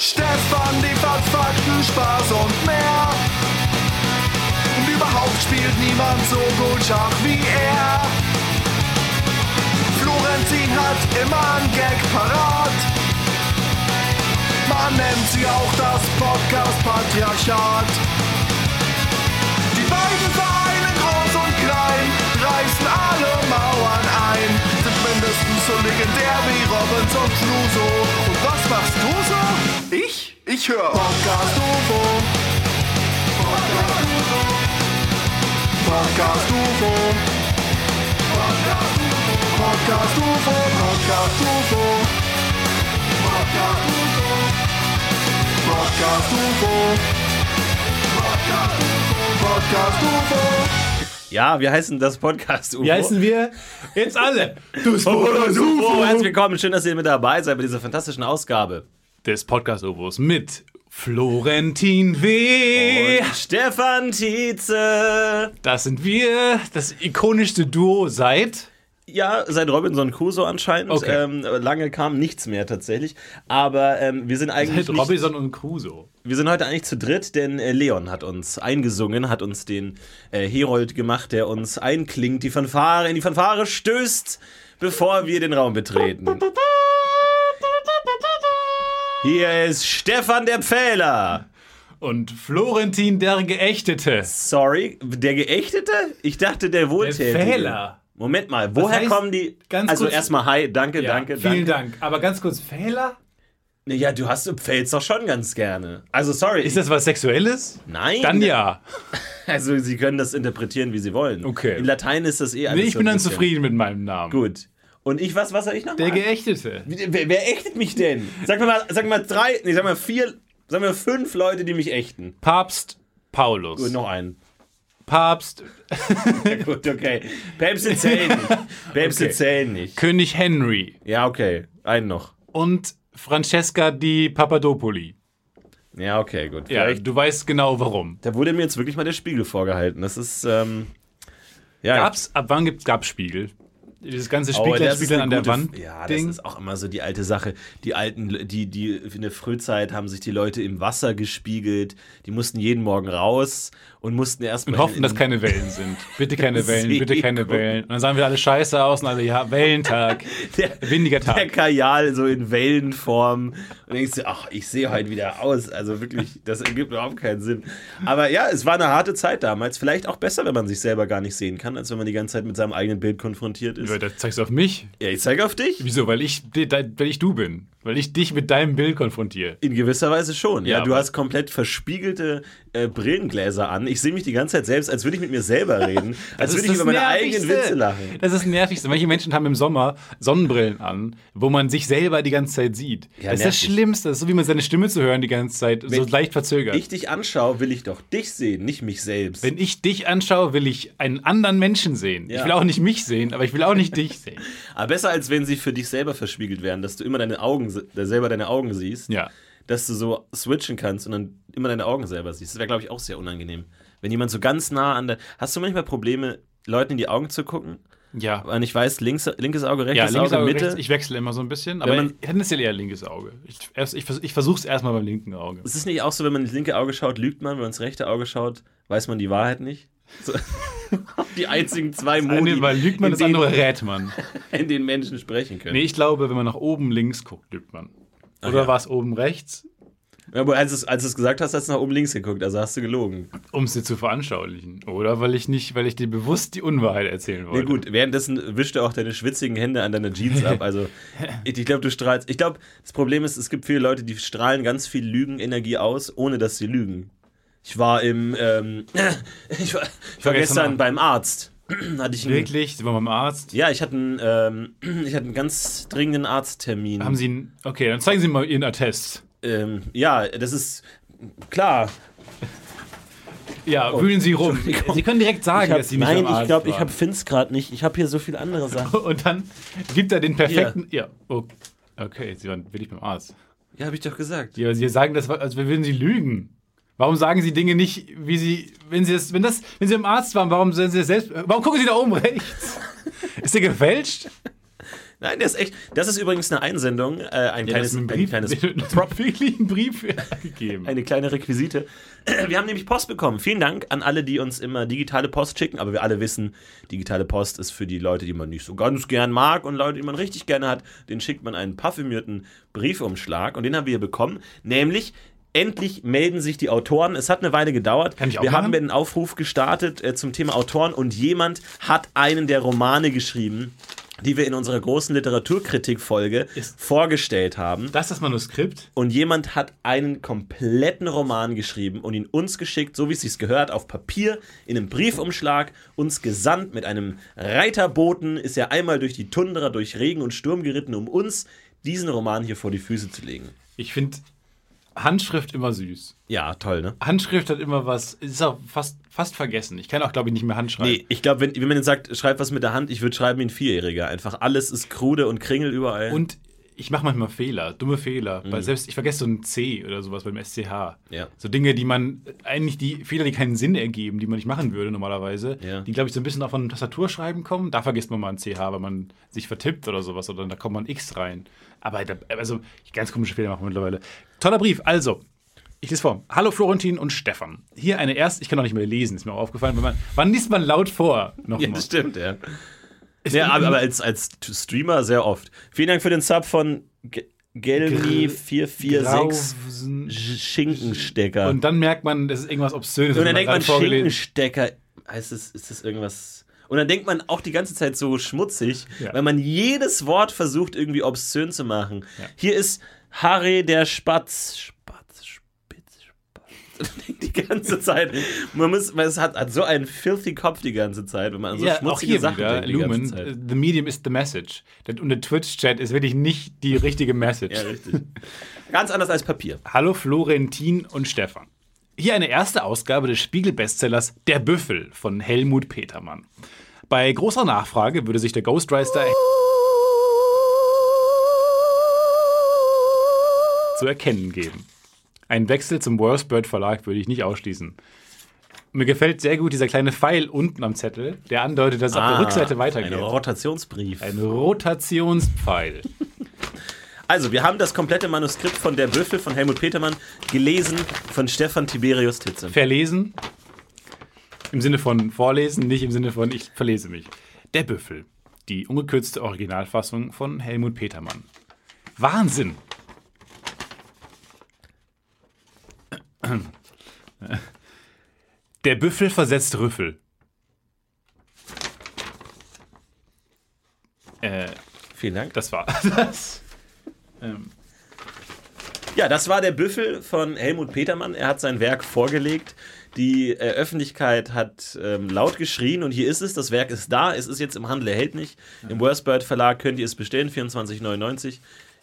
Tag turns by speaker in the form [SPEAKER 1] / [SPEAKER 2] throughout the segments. [SPEAKER 1] Stefan liefert Fakten, Spaß und mehr. Und überhaupt spielt niemand so gut Schach wie er. Florentin hat immer einen Gag parat. Man nennt sie auch das Podcast-Patriarchat. Die beiden Vereine groß und klein, reißen alle Mauern ein. Sind mindestens so legendär wie Robinson Crusoe. Und was machst du so? Ich? Ich höre Podcast UFO. Podcast UFO. Podcast UFO. Podcast UFO. Podcast UFO. Podcast UFO. Podcast UFO. Podcast UFO. Podcast UFO.
[SPEAKER 2] Ja, wir heißen das Podcast UFO.
[SPEAKER 3] wir? Jetzt alle! Oh,
[SPEAKER 2] UFO.
[SPEAKER 3] also
[SPEAKER 2] Herzlich willkommen. Schön, dass ihr mit dabei seid bei dieser fantastischen Ausgabe.
[SPEAKER 3] Des Podcast-Obos mit Florentin W.
[SPEAKER 2] Und Stefan Tietze.
[SPEAKER 3] Das sind wir, das ikonischste Duo seit.
[SPEAKER 2] Ja, seit Robinson Crusoe anscheinend.
[SPEAKER 3] Okay.
[SPEAKER 2] Ähm, lange kam nichts mehr tatsächlich. Aber ähm, wir sind eigentlich. nicht-
[SPEAKER 3] Robinson und Crusoe.
[SPEAKER 2] Wir sind heute eigentlich zu dritt, denn äh, Leon hat uns eingesungen, hat uns den äh, Herold gemacht, der uns einklingt, die Fanfare in die Fanfare stößt, bevor wir den Raum betreten. Hier ist Stefan der Pfähler.
[SPEAKER 3] Und Florentin der Geächtete.
[SPEAKER 2] Sorry, der Geächtete? Ich dachte der Wohltätige.
[SPEAKER 3] Pfähler.
[SPEAKER 2] Moment mal, woher
[SPEAKER 3] heißt-
[SPEAKER 2] kommen die?
[SPEAKER 3] ganz
[SPEAKER 2] also
[SPEAKER 3] kurz-
[SPEAKER 2] erstmal hi, danke,
[SPEAKER 3] Ja,
[SPEAKER 2] danke,
[SPEAKER 3] Vielen
[SPEAKER 2] danke.
[SPEAKER 3] Dank. Aber ganz kurz, Fehler?
[SPEAKER 2] Ja, du hast du pfählst doch schon ganz gerne. Also sorry.
[SPEAKER 3] Ist das was Sexuelles?
[SPEAKER 2] Nein.
[SPEAKER 3] Dann ja.
[SPEAKER 2] Also sie können das interpretieren, wie sie wollen.
[SPEAKER 3] Okay.
[SPEAKER 2] In Latein ist das eh alles
[SPEAKER 3] Nee, ich
[SPEAKER 2] so
[SPEAKER 3] bin
[SPEAKER 2] ein
[SPEAKER 3] dann
[SPEAKER 2] bisschen-
[SPEAKER 3] zufrieden mit meinem Namen.
[SPEAKER 2] Gut. Und ich, was, was soll ich noch
[SPEAKER 3] Der
[SPEAKER 2] machen?
[SPEAKER 3] Geächtete.
[SPEAKER 2] wer, wer ächtet mich denn? Sag mir mal, sag mal drei, nee, sag mal vier, sag mal fünf Leute, die mich ächten.
[SPEAKER 3] Papst Paulus.
[SPEAKER 2] Und noch einen.
[SPEAKER 3] Papst
[SPEAKER 2] Ja, gut, okay. Päpste zählen nicht. Päpste
[SPEAKER 3] Okay.
[SPEAKER 2] zählen nicht.
[SPEAKER 3] König Henry
[SPEAKER 2] Ja, okay. Einen noch.
[SPEAKER 3] und Francesca di Papadopoli.
[SPEAKER 2] Ja, okay, gut.
[SPEAKER 3] Ja,
[SPEAKER 2] Vielleicht.
[SPEAKER 3] du weißt genau warum.
[SPEAKER 2] Da wurde mir jetzt wirklich mal der Spiegel vorgehalten. Das ist, ähm, ja.
[SPEAKER 3] Gab's, ab wann gibt's, gab's Spiegel? Dieses ganze
[SPEAKER 4] Aber
[SPEAKER 3] Spiegel,
[SPEAKER 4] das ist
[SPEAKER 3] Spiegel an der
[SPEAKER 4] eine gute-
[SPEAKER 3] Wand.
[SPEAKER 4] Ja, das
[SPEAKER 3] Ding.
[SPEAKER 4] ist auch immer so die alte Sache. Die alten, die, die in der Frühzeit haben sich die Leute im Wasser gespiegelt. Die mussten jeden Morgen raus und mussten erstmal.
[SPEAKER 3] und hoffen,
[SPEAKER 4] in-
[SPEAKER 3] dass keine Wellen sind. Bitte keine Wellen, bitte keine
[SPEAKER 4] Seeguck.
[SPEAKER 3] Wellen. Und dann sahen wir alle scheiße aus und alle, ja, Wellentag,
[SPEAKER 4] der,
[SPEAKER 3] windiger
[SPEAKER 4] der
[SPEAKER 3] Tag.
[SPEAKER 4] Kajal so in Wellenform. Und denkst du, ach, ich sehe heute wieder aus. Also wirklich, das ergibt überhaupt keinen Sinn. Aber ja, es war eine harte Zeit damals. Vielleicht auch besser, wenn man sich selber gar nicht sehen kann, als wenn man die ganze Zeit mit seinem eigenen Bild konfrontiert ist.
[SPEAKER 3] Ja, das zeigst du auf mich.
[SPEAKER 4] Ja, ich zeige auf dich.
[SPEAKER 3] Wieso? Weil ich, de- de- weil ich du bin. Weil ich dich mit deinem Bild konfrontiere.
[SPEAKER 4] In gewisser Weise schon. Ja,
[SPEAKER 3] Ja,
[SPEAKER 4] du
[SPEAKER 3] aber-
[SPEAKER 4] hast komplett verspiegelte äh, Brillengläser an. Ich sehe mich die ganze Zeit selbst, als würde ich mit mir selber reden. als würde ich über meine eigenen Witze lachen.
[SPEAKER 3] Das ist das Nervigste. Manche Menschen haben im Sommer Sonnenbrillen an, wo man sich selber die ganze Zeit sieht.
[SPEAKER 4] Ja,
[SPEAKER 3] das ist das
[SPEAKER 4] nervig.
[SPEAKER 3] Schlimmste. Das ist so, wie man seine Stimme zu hören die ganze Zeit, so
[SPEAKER 4] Wenn
[SPEAKER 3] leicht verzögert.
[SPEAKER 4] Ich dich anschaue, will ich doch dich sehen, nicht mich selbst.
[SPEAKER 3] Wenn ich dich anschaue, will ich einen anderen Menschen sehen. Ich
[SPEAKER 4] Ja.
[SPEAKER 3] will auch nicht mich sehen, aber ich will auch nicht dich sehen.
[SPEAKER 4] Aber besser, als wenn sie für dich selber verspiegelt werden, dass du immer deine Augen, se- da selber deine Augen siehst.
[SPEAKER 3] Ja.
[SPEAKER 4] Dass du so switchen kannst und dann immer deine Augen selber siehst. Das wäre, glaube ich, auch sehr unangenehm. Wenn jemand so ganz nah an der. Hast du manchmal Probleme, Leuten in die Augen zu gucken?
[SPEAKER 3] Ja.
[SPEAKER 4] Weil ich weiß, links, linkes Auge,
[SPEAKER 3] Ja,
[SPEAKER 4] rechtes
[SPEAKER 3] linkes
[SPEAKER 4] Auge,
[SPEAKER 3] Auge,
[SPEAKER 4] Mitte.
[SPEAKER 3] rechts. Ich wechsle immer so ein bisschen, aber
[SPEAKER 4] man-
[SPEAKER 3] tendenziell eher linkes Auge. Ich, erst- ich, vers- ich versuche es erstmal beim linken Auge.
[SPEAKER 4] Es ist nicht auch so, wenn man ins linke Auge schaut, lügt man, wenn man ins rechte Auge schaut, weiß man die Wahrheit nicht. So. Die einzigen zwei Modi,
[SPEAKER 3] Eine, Ah, weil lügt man,
[SPEAKER 4] in,
[SPEAKER 3] das
[SPEAKER 4] denen,
[SPEAKER 3] andere rät man.
[SPEAKER 4] in denen Menschen sprechen können.
[SPEAKER 3] Nee, ich glaube, wenn man nach oben links guckt, lügt man. Oder
[SPEAKER 4] ja.
[SPEAKER 3] war es oben rechts,
[SPEAKER 4] Aber als du es- als du es gesagt hast, hast du nach oben links geguckt, also hast du gelogen.
[SPEAKER 3] um es dir zu veranschaulichen? Oder weil ich nicht, weil ich dir bewusst die Unwahrheit erzählen
[SPEAKER 4] Nee,
[SPEAKER 3] wollte?
[SPEAKER 4] gut, währenddessen wischte auch deine schwitzigen Hände an deiner Jeans ab. Also, ich, ich glaube, du strahlst. Ich glaube, das Problem ist, es gibt viele Leute, die strahlen ganz viel Lügenenergie aus, ohne dass sie lügen. Ich war im. Ähm, ich war, ich
[SPEAKER 3] gestern
[SPEAKER 4] war gestern
[SPEAKER 3] Abend.
[SPEAKER 4] beim Arzt. Hatte ich einen
[SPEAKER 3] Wirklich? Sind wir beim Arzt?
[SPEAKER 4] Ja, ich hatte einen, ähm, ich hatte einen ganz dringenden Arzttermin.
[SPEAKER 3] Haben Sie einen. Okay, dann zeigen Sie mal Ihren Attest.
[SPEAKER 4] Ähm, ja, das ist klar.
[SPEAKER 3] Ja, wühlen Sie rum.
[SPEAKER 4] Oh, Entschuldigung.
[SPEAKER 3] Sie können direkt sagen, dass Sie nicht beim Arzt waren.
[SPEAKER 4] find's gerade nicht. Ich habe hier so viele andere Sachen.
[SPEAKER 3] Und dann gibt er den perfekten. Ja. Oh, okay, sie waren wirklich beim Arzt.
[SPEAKER 4] Ja, habe ich doch gesagt.
[SPEAKER 3] Ja, aber sie sagen das, als würden sie lügen. Warum sagen sie Dinge nicht, wie sie. Wenn sie das, wenn das, wenn sie beim Arzt waren, warum sind sie das selbst. Warum gucken sie da oben rechts? Ist der gefälscht?
[SPEAKER 4] Nein, das ist echt. Das ist übrigens eine Einsendung, äh, ein
[SPEAKER 3] Ja, das
[SPEAKER 4] kleines,
[SPEAKER 3] ist ein
[SPEAKER 4] ein
[SPEAKER 3] Brief,
[SPEAKER 4] kleines,
[SPEAKER 3] wirklich einen Brief gegeben.
[SPEAKER 4] eine kleine Requisite. Wir haben nämlich Post bekommen. Vielen Dank an alle, die uns immer digitale Post schicken. Aber wir alle wissen, digitale Post ist für die Leute, die man nicht so ganz gern mag und Leute, die man richtig gerne hat. Den schickt man einen parfümierten Briefumschlag und den haben wir bekommen. Nämlich endlich melden sich die Autoren. Es hat eine Weile gedauert.
[SPEAKER 3] Kann ich auch
[SPEAKER 4] wir haben
[SPEAKER 3] machen?
[SPEAKER 4] einen Aufruf gestartet äh, zum Thema Autoren und jemand hat einen der Romane geschrieben, die wir in unserer großen Literaturkritik-Folge
[SPEAKER 3] Ist-
[SPEAKER 4] vorgestellt haben.
[SPEAKER 3] Das ist das Manuskript.
[SPEAKER 4] Und jemand hat einen kompletten Roman geschrieben und ihn uns geschickt, so wie es sich gehört, auf Papier, in einem Briefumschlag, uns gesandt mit einem Reiterboten, ist er einmal durch die Tundra, durch Regen und Sturm geritten, um uns diesen Roman hier vor die Füße zu legen.
[SPEAKER 3] Ich finde Handschrift immer süß.
[SPEAKER 4] Ja, toll, ne?
[SPEAKER 3] Handschrift hat immer was. Ist auch fast, fast vergessen. Ich kann auch, glaube ich, nicht mehr Handschreiben.
[SPEAKER 4] Nee, ich glaube, wenn, wenn man jetzt sagt, schreib was mit der Hand, ich würde schreiben wie ein Vierjähriger. Einfach alles ist krude und Kringel überall.
[SPEAKER 3] Und ich mache manchmal Fehler, dumme Fehler. Weil selbst ich vergesse so ein C oder sowas beim SCH.
[SPEAKER 4] Mhm. Ja.
[SPEAKER 3] So Dinge, die man eigentlich die Fehler, die keinen Sinn ergeben, die man nicht machen würde normalerweise,
[SPEAKER 4] Ja.
[SPEAKER 3] die glaube ich so ein bisschen auch von Tastaturschreiben kommen. Da vergisst man mal ein CH, weil man sich vertippt oder sowas oder da kommt man ein X rein. Aber da, also ganz komische Fehler machen wir mittlerweile. Toller Brief. Also ich lese vor. Hallo Florentin und Stefan. Hier eine erste. Ich kann auch nicht mehr lesen. Ist mir auch aufgefallen. Wenn man, wann liest man laut vor? Nochmal.
[SPEAKER 4] ja, das stimmt, ja. Ja, aber, aber als, als Streamer sehr oft. Vielen Dank für den Sub von G- Gelmi446
[SPEAKER 3] Grausen-
[SPEAKER 4] Sch- Schinkenstecker.
[SPEAKER 3] Und
[SPEAKER 4] Und,
[SPEAKER 3] dann merkt man, das ist irgendwas Obszönes.
[SPEAKER 4] dann
[SPEAKER 3] wenn
[SPEAKER 4] denkt man,
[SPEAKER 3] gerade vorgelesen-
[SPEAKER 4] Schinkenstecker, heißt es, ist das irgendwas. Und dann denkt man auch die ganze Zeit so schmutzig,
[SPEAKER 3] Ja.
[SPEAKER 4] weil man jedes Wort versucht, irgendwie obszön zu machen. Hier ist Harry der Spatz. Spatz, Spitz, Spatz. Die ganze Zeit. Man muss, weil es hat, hat so einen filthy Kopf die ganze Zeit, wenn man an so
[SPEAKER 3] ja, auch
[SPEAKER 4] schmutzige
[SPEAKER 3] hier
[SPEAKER 4] Sachen
[SPEAKER 3] wieder,
[SPEAKER 4] denkt. Die ganze
[SPEAKER 3] Lumen,
[SPEAKER 4] Zeit.
[SPEAKER 3] äh, the medium is the message. Das- Und der Twitch-Chat ist wirklich nicht die richtige Message.
[SPEAKER 4] Ja, richtig. Ganz anders als Papier.
[SPEAKER 3] Hallo Florentin und Stefan. Hier eine erste Ausgabe des Spiegel-Bestsellers Der Büffel von Helmut Petermann. Bei großer Nachfrage würde sich der Ghostwriter zu erkennen geben. Ein Wechsel zum Worstbird Verlag würde ich nicht ausschließen. Mir gefällt sehr gut dieser kleine Pfeil unten am Zettel, der andeutet, dass es auf
[SPEAKER 4] Ah,
[SPEAKER 3] der Rückseite weitergeht.
[SPEAKER 4] Ein Rotationsbrief.
[SPEAKER 3] Ein Rotationspfeil.
[SPEAKER 4] Also, wir haben das komplette Manuskript von Der Büffel von Helmut Petermann gelesen von Stefan Tiberius Titze.
[SPEAKER 3] Verlesen. Im Sinne von vorlesen, nicht im Sinne von ich verlese mich. Der Büffel. Die ungekürzte Originalfassung von Helmut Petermann. Wahnsinn! Der Büffel versetzt Rüffel. Äh,
[SPEAKER 4] Vielen Dank.
[SPEAKER 3] das war das. Ähm,
[SPEAKER 4] Ja, das war der Büffel von Helmut Petermann. Er hat sein Werk vorgelegt. Die äh, Öffentlichkeit hat ähm, laut geschrien und hier ist es. Das Werk ist da. Es ist jetzt im Handel erhältlich. Im Worstbird Verlag könnt ihr es bestellen. 24,99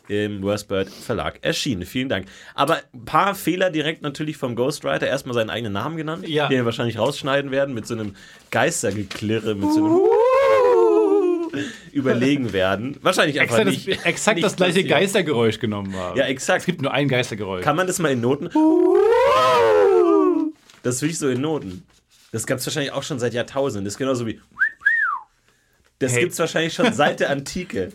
[SPEAKER 4] im Worstbird Verlag erschienen. Vielen Dank. Aber ein paar Fehler direkt natürlich vom Ghostwriter. Erstmal seinen eigenen Namen genannt,
[SPEAKER 3] Ja.
[SPEAKER 4] den wir wahrscheinlich rausschneiden werden mit so einem Geistergeklirre, mit so einem überlegen werden. Wahrscheinlich einfach
[SPEAKER 3] exakt
[SPEAKER 4] nicht.
[SPEAKER 3] das, exakt
[SPEAKER 4] nicht
[SPEAKER 3] das gleiche
[SPEAKER 4] passieren.
[SPEAKER 3] Geistergeräusch genommen haben.
[SPEAKER 4] Ja, exakt.
[SPEAKER 3] Es gibt nur ein Geistergeräusch.
[SPEAKER 4] Kann man das mal in Noten? Das will ich so in Noten. Das gab es wahrscheinlich auch schon seit Jahrtausenden. Das ist genauso wie. Das
[SPEAKER 3] Hey.
[SPEAKER 4] gibt's wahrscheinlich schon seit der Antike.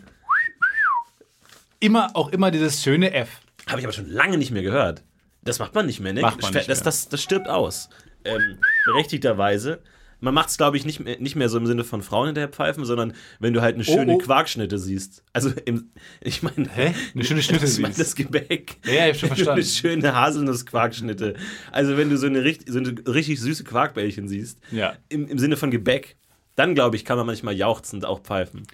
[SPEAKER 3] immer, auch immer dieses schöne F.
[SPEAKER 4] Habe ich aber schon lange nicht mehr gehört. Das macht man nicht mehr, ne?
[SPEAKER 3] Macht man nicht
[SPEAKER 4] das,
[SPEAKER 3] mehr.
[SPEAKER 4] Das, das stirbt aus. Ähm, berechtigterweise. Man macht es, glaube ich, nicht mehr, nicht mehr so im Sinne von Frauen hinterher pfeifen, sondern wenn du halt eine schöne
[SPEAKER 3] oh.
[SPEAKER 4] Quarkschnitte siehst. Also, im, ich meine.
[SPEAKER 3] Hä? Eine schöne Schnitte
[SPEAKER 4] Ich meine
[SPEAKER 3] siehst.
[SPEAKER 4] das Gebäck.
[SPEAKER 3] Ja, ich hab schon
[SPEAKER 4] Wenn du Eine
[SPEAKER 3] verstanden.
[SPEAKER 4] schöne Haselnuss-Quarkschnitte. Also, wenn du so eine, richt- so eine richtig süße Quarkbällchen siehst,
[SPEAKER 3] Ja.
[SPEAKER 4] im, im Sinne von Gebäck, dann, glaube ich, kann man manchmal jauchzend auch pfeifen.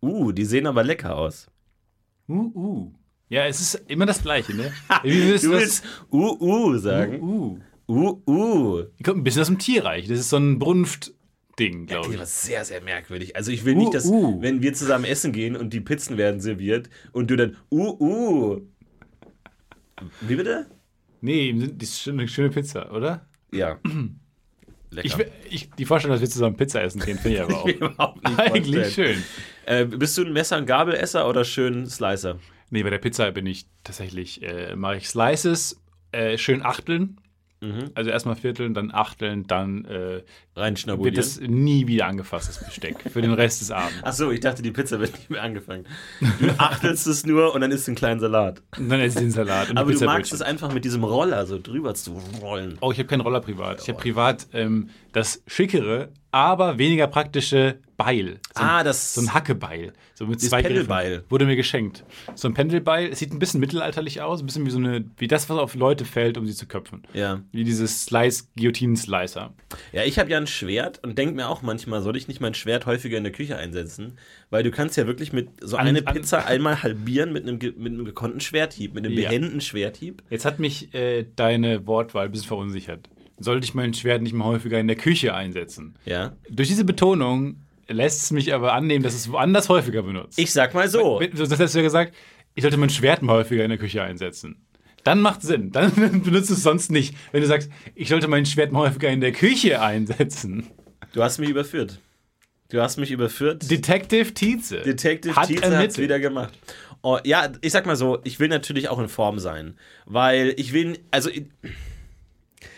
[SPEAKER 4] Uh, die sehen aber lecker aus.
[SPEAKER 3] Uh, uh. Ja, es ist immer das gleiche, ne? Wie willst
[SPEAKER 4] Du
[SPEAKER 3] du
[SPEAKER 4] willst
[SPEAKER 3] das?
[SPEAKER 4] uh, uh sagen.
[SPEAKER 3] Uh.
[SPEAKER 4] Uh, uh.
[SPEAKER 3] Kommt ein bisschen aus dem Tierreich. Das ist so ein Brunftding, glaube
[SPEAKER 4] Das
[SPEAKER 3] ich.
[SPEAKER 4] ist sehr, sehr merkwürdig. Also ich will nicht, dass,
[SPEAKER 3] Uh, uh.
[SPEAKER 4] wenn wir zusammen essen gehen und die Pizzen werden serviert und du dann, uh, uh. Wie bitte?
[SPEAKER 3] Nee, im Sinn- das ist schon eine schöne Pizza, oder?
[SPEAKER 4] Ja. Lecker.
[SPEAKER 3] Ich, ich, die Vorstellung, dass wir zusammen Pizza essen gehen, finde ich aber auch
[SPEAKER 4] will überhaupt nicht
[SPEAKER 3] eigentlich
[SPEAKER 4] vorstellen.
[SPEAKER 3] schön.
[SPEAKER 4] Äh, bist du ein Messer- und Gabelesser oder schön Slicer?
[SPEAKER 3] Nee, bei der Pizza bin ich tatsächlich, äh, mache ich Slices, äh, schön achteln.
[SPEAKER 4] Mhm.
[SPEAKER 3] Also erstmal vierteln, dann achteln, dann äh, wird
[SPEAKER 4] Reinschnabulieren?
[SPEAKER 3] das nie wieder angefasst, das Besteck, für den Rest des Abends.
[SPEAKER 4] Achso, ich dachte, die Pizza wird nicht mehr angefangen. Du achtelst es nur und dann isst du einen kleinen Salat.
[SPEAKER 3] Und dann esse ich den Salat und die
[SPEAKER 4] Aber du
[SPEAKER 3] Pizzabrötchen.
[SPEAKER 4] magst es einfach mit diesem Roller so drüber zu rollen.
[SPEAKER 3] Oh, ich habe keinen Roller privat. Ich habe privat ähm, das schickere, aber weniger praktische Beil. So ein,
[SPEAKER 4] ah, das...
[SPEAKER 3] so ein Hackebeil. So mit
[SPEAKER 4] Dieses
[SPEAKER 3] zwei Griffen.
[SPEAKER 4] Pendelbeil.
[SPEAKER 3] Wurde mir geschenkt. So ein Pendelbeil. Es sieht ein bisschen mittelalterlich aus. Ein bisschen wie so eine, wie das, was auf Leute fällt, um sie zu köpfen.
[SPEAKER 4] ja.
[SPEAKER 3] Wie dieses Slice, Guillotinen-Slicer.
[SPEAKER 4] Ja, ich habe ja ein Schwert und denk mir auch manchmal, soll ich nicht mein Schwert häufiger in der Küche einsetzen? Weil du kannst ja wirklich mit so
[SPEAKER 3] An-
[SPEAKER 4] eine
[SPEAKER 3] an-
[SPEAKER 4] Pizza einmal halbieren mit einem, ge- mit einem gekonnten Schwerthieb, mit einem
[SPEAKER 3] Ja.
[SPEAKER 4] behenden Schwerthieb.
[SPEAKER 3] Jetzt hat mich äh, deine Wortwahl ein bisschen verunsichert. Sollte ich mein Schwert nicht mal häufiger in der Küche einsetzen?
[SPEAKER 4] Ja.
[SPEAKER 3] Durch diese Betonung lässt es mich aber annehmen, dass es woanders häufiger benutzt.
[SPEAKER 4] Ich sag mal so.
[SPEAKER 3] Wenn- Sonst hättest du ja gesagt, ich sollte mein Schwert mal häufiger in der Küche einsetzen. Dann macht Sinn. Dann benutzt du es sonst nicht. Wenn du sagst, ich sollte mein Schwert mal häufiger in der Küche einsetzen.
[SPEAKER 4] Du hast mich überführt. Du hast mich überführt.
[SPEAKER 3] Detective Tietze.
[SPEAKER 4] Detective
[SPEAKER 3] Äh, hat
[SPEAKER 4] Tietze hat
[SPEAKER 3] ermittelt.
[SPEAKER 4] es wieder gemacht. Oh, ja, ich sag mal so, ich will natürlich auch in Form sein. Weil ich will, also ich-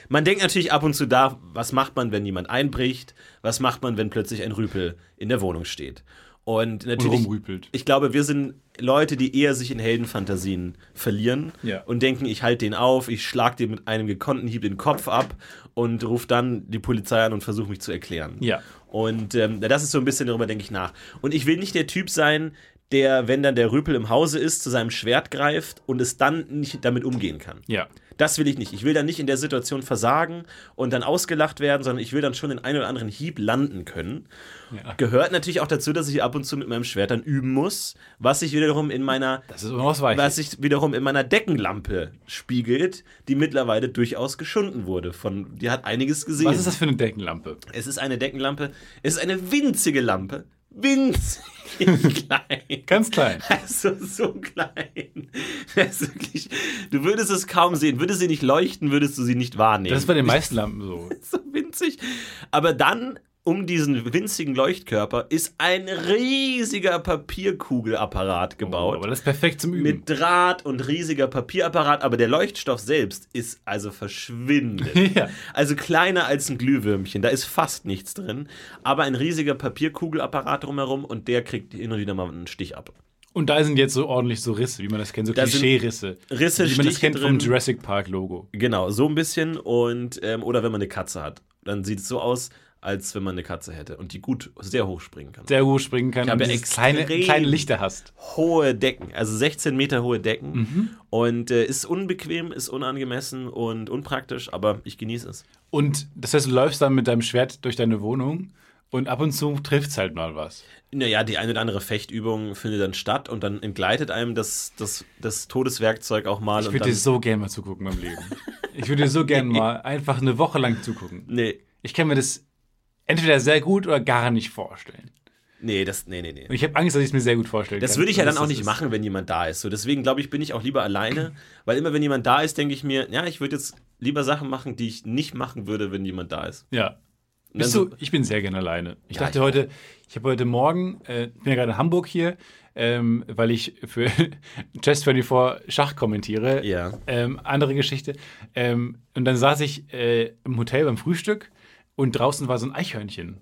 [SPEAKER 4] man denkt natürlich ab und zu da, was macht man, wenn jemand einbricht? Was macht man, wenn plötzlich ein Rüpel in der Wohnung steht? Und natürlich,
[SPEAKER 3] rumrüpelt.
[SPEAKER 4] ich glaube, wir sind Leute, die eher sich in Heldenfantasien verlieren
[SPEAKER 3] Ja.
[SPEAKER 4] und denken, ich halte den auf, ich schlag dir mit einem gekonnten Hieb den Kopf ab und rufe dann die Polizei an und versuche mich zu erklären.
[SPEAKER 3] Ja.
[SPEAKER 4] Und ähm, das ist so ein bisschen, darüber denke ich nach. Und ich will nicht der Typ sein, der, wenn dann der Rüpel im Hause ist, zu seinem Schwert greift und es dann nicht damit umgehen kann.
[SPEAKER 3] Ja.
[SPEAKER 4] Das will ich nicht. Ich will dann nicht in der Situation versagen und dann ausgelacht werden, sondern ich will dann schon den einen oder anderen Hieb landen können. Gehört natürlich auch dazu, dass ich ab und zu mit meinem Schwert dann üben muss, was ich wiederum in meiner
[SPEAKER 3] Das ist unausweichlich.
[SPEAKER 4] was sich wiederum in meiner Deckenlampe spiegelt, die mittlerweile durchaus geschunden wurde. Von, die hat einiges gesehen.
[SPEAKER 3] Was ist das für eine Deckenlampe?
[SPEAKER 4] Es ist eine Deckenlampe. Es ist eine winzige Lampe. Winzig klein.
[SPEAKER 3] Ganz klein.
[SPEAKER 4] Also so klein. Das ist wirklich, du würdest es kaum sehen. Würde sie nicht leuchten, würdest du sie nicht wahrnehmen.
[SPEAKER 3] Das ist bei den meisten Lampen so.
[SPEAKER 4] so winzig. Aber dann um diesen winzigen Leuchtkörper ist ein riesiger Papierkugelapparat gebaut.
[SPEAKER 3] Aber das ist perfekt zum Üben.
[SPEAKER 4] mit Draht und riesiger Papierapparat, aber der Leuchtstoff selbst ist also verschwindend.
[SPEAKER 3] Ja.
[SPEAKER 4] Also kleiner als ein Glühwürmchen, da ist fast nichts drin, aber ein riesiger Papierkugelapparat drumherum und der kriegt hin und wieder mal einen Stich ab.
[SPEAKER 3] Und da sind jetzt so ordentlich so Risse, wie man das kennt, so
[SPEAKER 4] Da sind
[SPEAKER 3] Klischee-Risse.
[SPEAKER 4] Risse,
[SPEAKER 3] Wie man das
[SPEAKER 4] Stiche
[SPEAKER 3] kennt vom
[SPEAKER 4] drin.
[SPEAKER 3] Jurassic Park-Logo.
[SPEAKER 4] Genau, so ein bisschen und ähm, oder wenn man eine Katze hat, dann sieht es so aus, als wenn man eine Katze hätte und die gut sehr hoch springen kann.
[SPEAKER 3] Sehr hoch springen kann.
[SPEAKER 4] Ich habe
[SPEAKER 3] und dieses
[SPEAKER 4] extrem-
[SPEAKER 3] kleine, kleine Lichter hast.
[SPEAKER 4] hohe Decken, also 16 Meter hohe Decken
[SPEAKER 3] Mhm.
[SPEAKER 4] und äh, ist unbequem, ist unangemessen und unpraktisch, aber ich genieße es.
[SPEAKER 3] Und das heißt, du läufst dann mit deinem Schwert durch deine Wohnung und ab und zu trifft es halt mal was.
[SPEAKER 4] Naja, die eine oder andere Fechtübung findet dann statt und dann entgleitet einem das, das, das Todeswerkzeug auch mal.
[SPEAKER 3] Ich
[SPEAKER 4] und
[SPEAKER 3] würde
[SPEAKER 4] dann,
[SPEAKER 3] dir so gerne mal zugucken beim Leben. Ich würde dir so gerne mal einfach eine Woche lang zugucken.
[SPEAKER 4] nee,
[SPEAKER 3] Ich kann mir das entweder sehr gut oder gar nicht vorstellen.
[SPEAKER 4] nee, das, nee, nee, nee.
[SPEAKER 3] Und ich habe Angst, dass ich es mir sehr gut vorstellen
[SPEAKER 4] Das
[SPEAKER 3] kann.
[SPEAKER 4] würde ich ja
[SPEAKER 3] Und
[SPEAKER 4] dann
[SPEAKER 3] dass
[SPEAKER 4] auch
[SPEAKER 3] das
[SPEAKER 4] nicht
[SPEAKER 3] ist-
[SPEAKER 4] machen, wenn jemand da ist. So, deswegen glaube ich, bin ich auch lieber alleine, weil immer wenn jemand da ist, denke ich mir, ja, ich würde jetzt lieber Sachen machen, die ich nicht machen würde, wenn jemand da ist.
[SPEAKER 3] Ja.
[SPEAKER 4] Und
[SPEAKER 3] Bist
[SPEAKER 4] dann
[SPEAKER 3] du, ich bin sehr gerne alleine. Ich
[SPEAKER 4] Ja,
[SPEAKER 3] dachte
[SPEAKER 4] ich auch.
[SPEAKER 3] heute, ich habe heute Morgen, äh, ich bin ja gerade in Hamburg hier, ähm, weil ich für Chess24 Schach kommentiere.
[SPEAKER 4] Ja.
[SPEAKER 3] Ähm, andere Geschichte. Ähm, und dann saß ich äh, im Hotel beim Frühstück und draußen war so ein Eichhörnchen.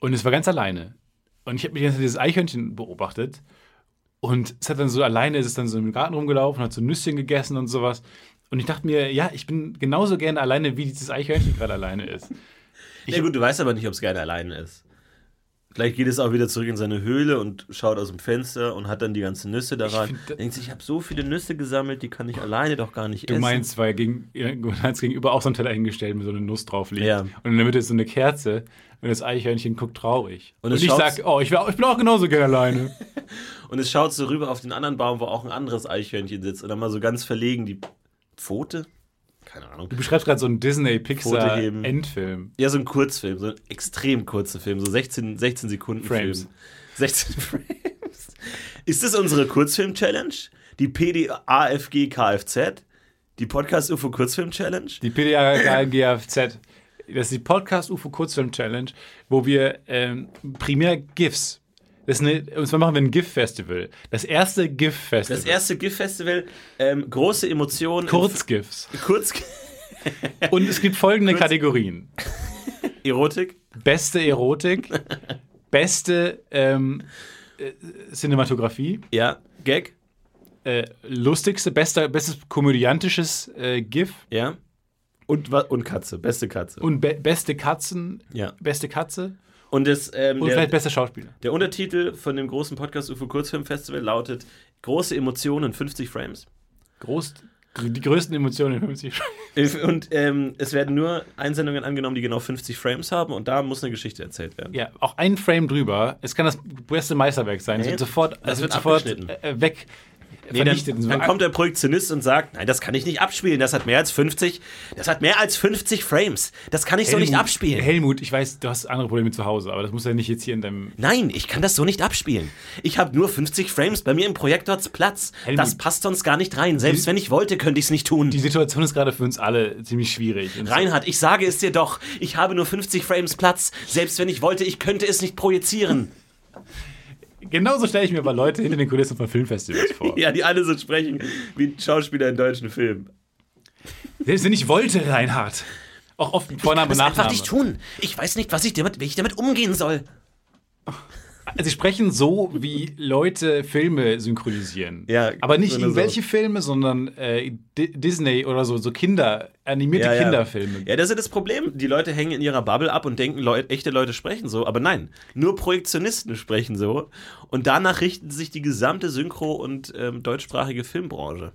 [SPEAKER 3] Und es war ganz alleine. Und ich habe mir die ganze Zeit dieses Eichhörnchen beobachtet. Und es hat dann so alleine, ist es dann so im Garten rumgelaufen, hat so Nüsschen gegessen und sowas. Und ich dachte mir, ja, ich bin genauso gerne alleine, wie dieses Eichhörnchen gerade alleine ist.
[SPEAKER 4] So, ja, gut, du weißt aber nicht, ob es gerne alleine ist. Vielleicht geht es auch wieder zurück in seine Höhle und schaut aus dem Fenster und hat dann die ganzen Nüsse da rein.
[SPEAKER 3] find-
[SPEAKER 4] Denkt sich, ich habe so viele Nüsse gesammelt, die kann ich alleine doch gar nicht
[SPEAKER 3] Du
[SPEAKER 4] essen.
[SPEAKER 3] meinst, weil gegen, ja, du hast gegenüber auch so ein Teller hingestellt mit so einer Nuss drauf liegt.
[SPEAKER 4] Ja.
[SPEAKER 3] Und in der Mitte ist so eine Kerze und das Eichhörnchen guckt traurig.
[SPEAKER 4] Und
[SPEAKER 3] Und,
[SPEAKER 4] es
[SPEAKER 3] ich
[SPEAKER 4] schaut's-
[SPEAKER 3] sag, oh, ich, wär, ich bin auch genauso gerne alleine.
[SPEAKER 4] Und es schaut so rüber auf den anderen Baum, wo auch ein anderes Eichhörnchen sitzt. Und dann mal so ganz verlegen die Pfote? Keine Ahnung.
[SPEAKER 3] Du beschreibst gerade so einen
[SPEAKER 4] Pfote heben.
[SPEAKER 3] Disney-Pixar-Endfilm.
[SPEAKER 4] Ja, so ein Kurzfilm, so ein extrem kurzer Film, so 16, 16 Sekunden
[SPEAKER 3] Frames.
[SPEAKER 4] Film. 16 Frames. Ist das unsere Kurzfilm-Challenge? Die PDAFG KFZ? Die Podcast-UFO Kurzfilm-Challenge?
[SPEAKER 3] Die PDA-GFZ. Das ist die Podcast-UFO-Kurzfilm-Challenge, wo wir ähm, primär GIFs. Das ist eine, und zwar machen wir ein GIF-Festival. Das erste GIF-Festival.
[SPEAKER 4] Das erste GIF-Festival, ähm, große Emotionen.
[SPEAKER 3] Kurz-GIFs.
[SPEAKER 4] Kurz
[SPEAKER 3] Und es gibt folgende Kategorien.
[SPEAKER 4] Erotik.
[SPEAKER 3] Beste Erotik, beste ähm, äh, Cinematografie,
[SPEAKER 4] Ja. Gag.
[SPEAKER 3] äh, lustigste, bester, bestes komödiantisches äh, GIF
[SPEAKER 4] Ja. Und, wa- und Katze. Beste Katze.
[SPEAKER 3] und be beste Katzen,
[SPEAKER 4] ja.
[SPEAKER 3] beste Katze
[SPEAKER 4] Und das, ähm,
[SPEAKER 3] und
[SPEAKER 4] der,
[SPEAKER 3] vielleicht bester Schauspieler.
[SPEAKER 4] der Untertitel von dem großen Podcast UFO Kurzfilmfestival lautet Große Emotionen, 50 Frames.
[SPEAKER 3] Groß, gr- die größten Emotionen in 50
[SPEAKER 4] Und ähm, es werden nur Einsendungen angenommen, die genau 50 Frames haben und da muss eine Geschichte erzählt werden.
[SPEAKER 3] Ja, auch ein Frame drüber. Es kann das beste Meisterwerk sein. Es
[SPEAKER 4] Nee,
[SPEAKER 3] wird sofort,
[SPEAKER 4] das
[SPEAKER 3] es
[SPEAKER 4] wird
[SPEAKER 3] wird sofort
[SPEAKER 4] abgeschnitten.
[SPEAKER 3] äh, weg.
[SPEAKER 4] Nee, dann,
[SPEAKER 3] vernichtet.
[SPEAKER 4] dann kommt der Projektionist und sagt, nein, das kann ich nicht abspielen, das hat mehr als 50, das hat mehr als 50 Frames, das kann ich so nicht
[SPEAKER 3] Helmut,
[SPEAKER 4] abspielen.
[SPEAKER 3] Helmut, ich weiß, du hast andere Probleme zu Hause, aber das muss ja nicht jetzt hier in deinem
[SPEAKER 4] Nein, ich kann das so nicht abspielen. Ich habe nur 50 Frames bei mir im Projektor zu Platz.
[SPEAKER 3] Helmut.
[SPEAKER 4] Das passt sonst gar nicht rein. Selbst wenn ich wollte, könnte ich es nicht tun.
[SPEAKER 3] Die Situation ist gerade für uns alle ziemlich schwierig. Und so-
[SPEAKER 4] Reinhard, ich sage es dir doch. Ich habe nur 50 Frames Platz. Selbst wenn ich wollte, ich könnte es nicht projizieren.
[SPEAKER 3] Genauso stelle ich mir aber Leute hinter den Kulissen von Filmfestivals vor.
[SPEAKER 4] Ja, die alle so sprechen wie Schauspieler in deutschen Filmen.
[SPEAKER 3] Selbst wenn ich wollte, Reinhard. Auch oft mit Vorname,
[SPEAKER 4] Das einfach
[SPEAKER 3] Nachname.
[SPEAKER 4] nicht tun. Ich weiß nicht, was ich damit, wie ich damit umgehen soll.
[SPEAKER 3] Also, Sie sprechen so, wie Leute Filme synchronisieren.
[SPEAKER 4] Ja, genau
[SPEAKER 3] aber nicht
[SPEAKER 4] so eine
[SPEAKER 3] irgendwelche Filme, sondern äh, Di- Disney oder so, so Kinder, animierte Kinderfilme.
[SPEAKER 4] Ja, das ist das Problem. Die Leute hängen in ihrer Bubble ab und denken, Leute, echte Leute sprechen so. Aber nein, nur Projektionisten sprechen so. Und danach richten sich die gesamte Synchro- und ähm, deutschsprachige Filmbranche.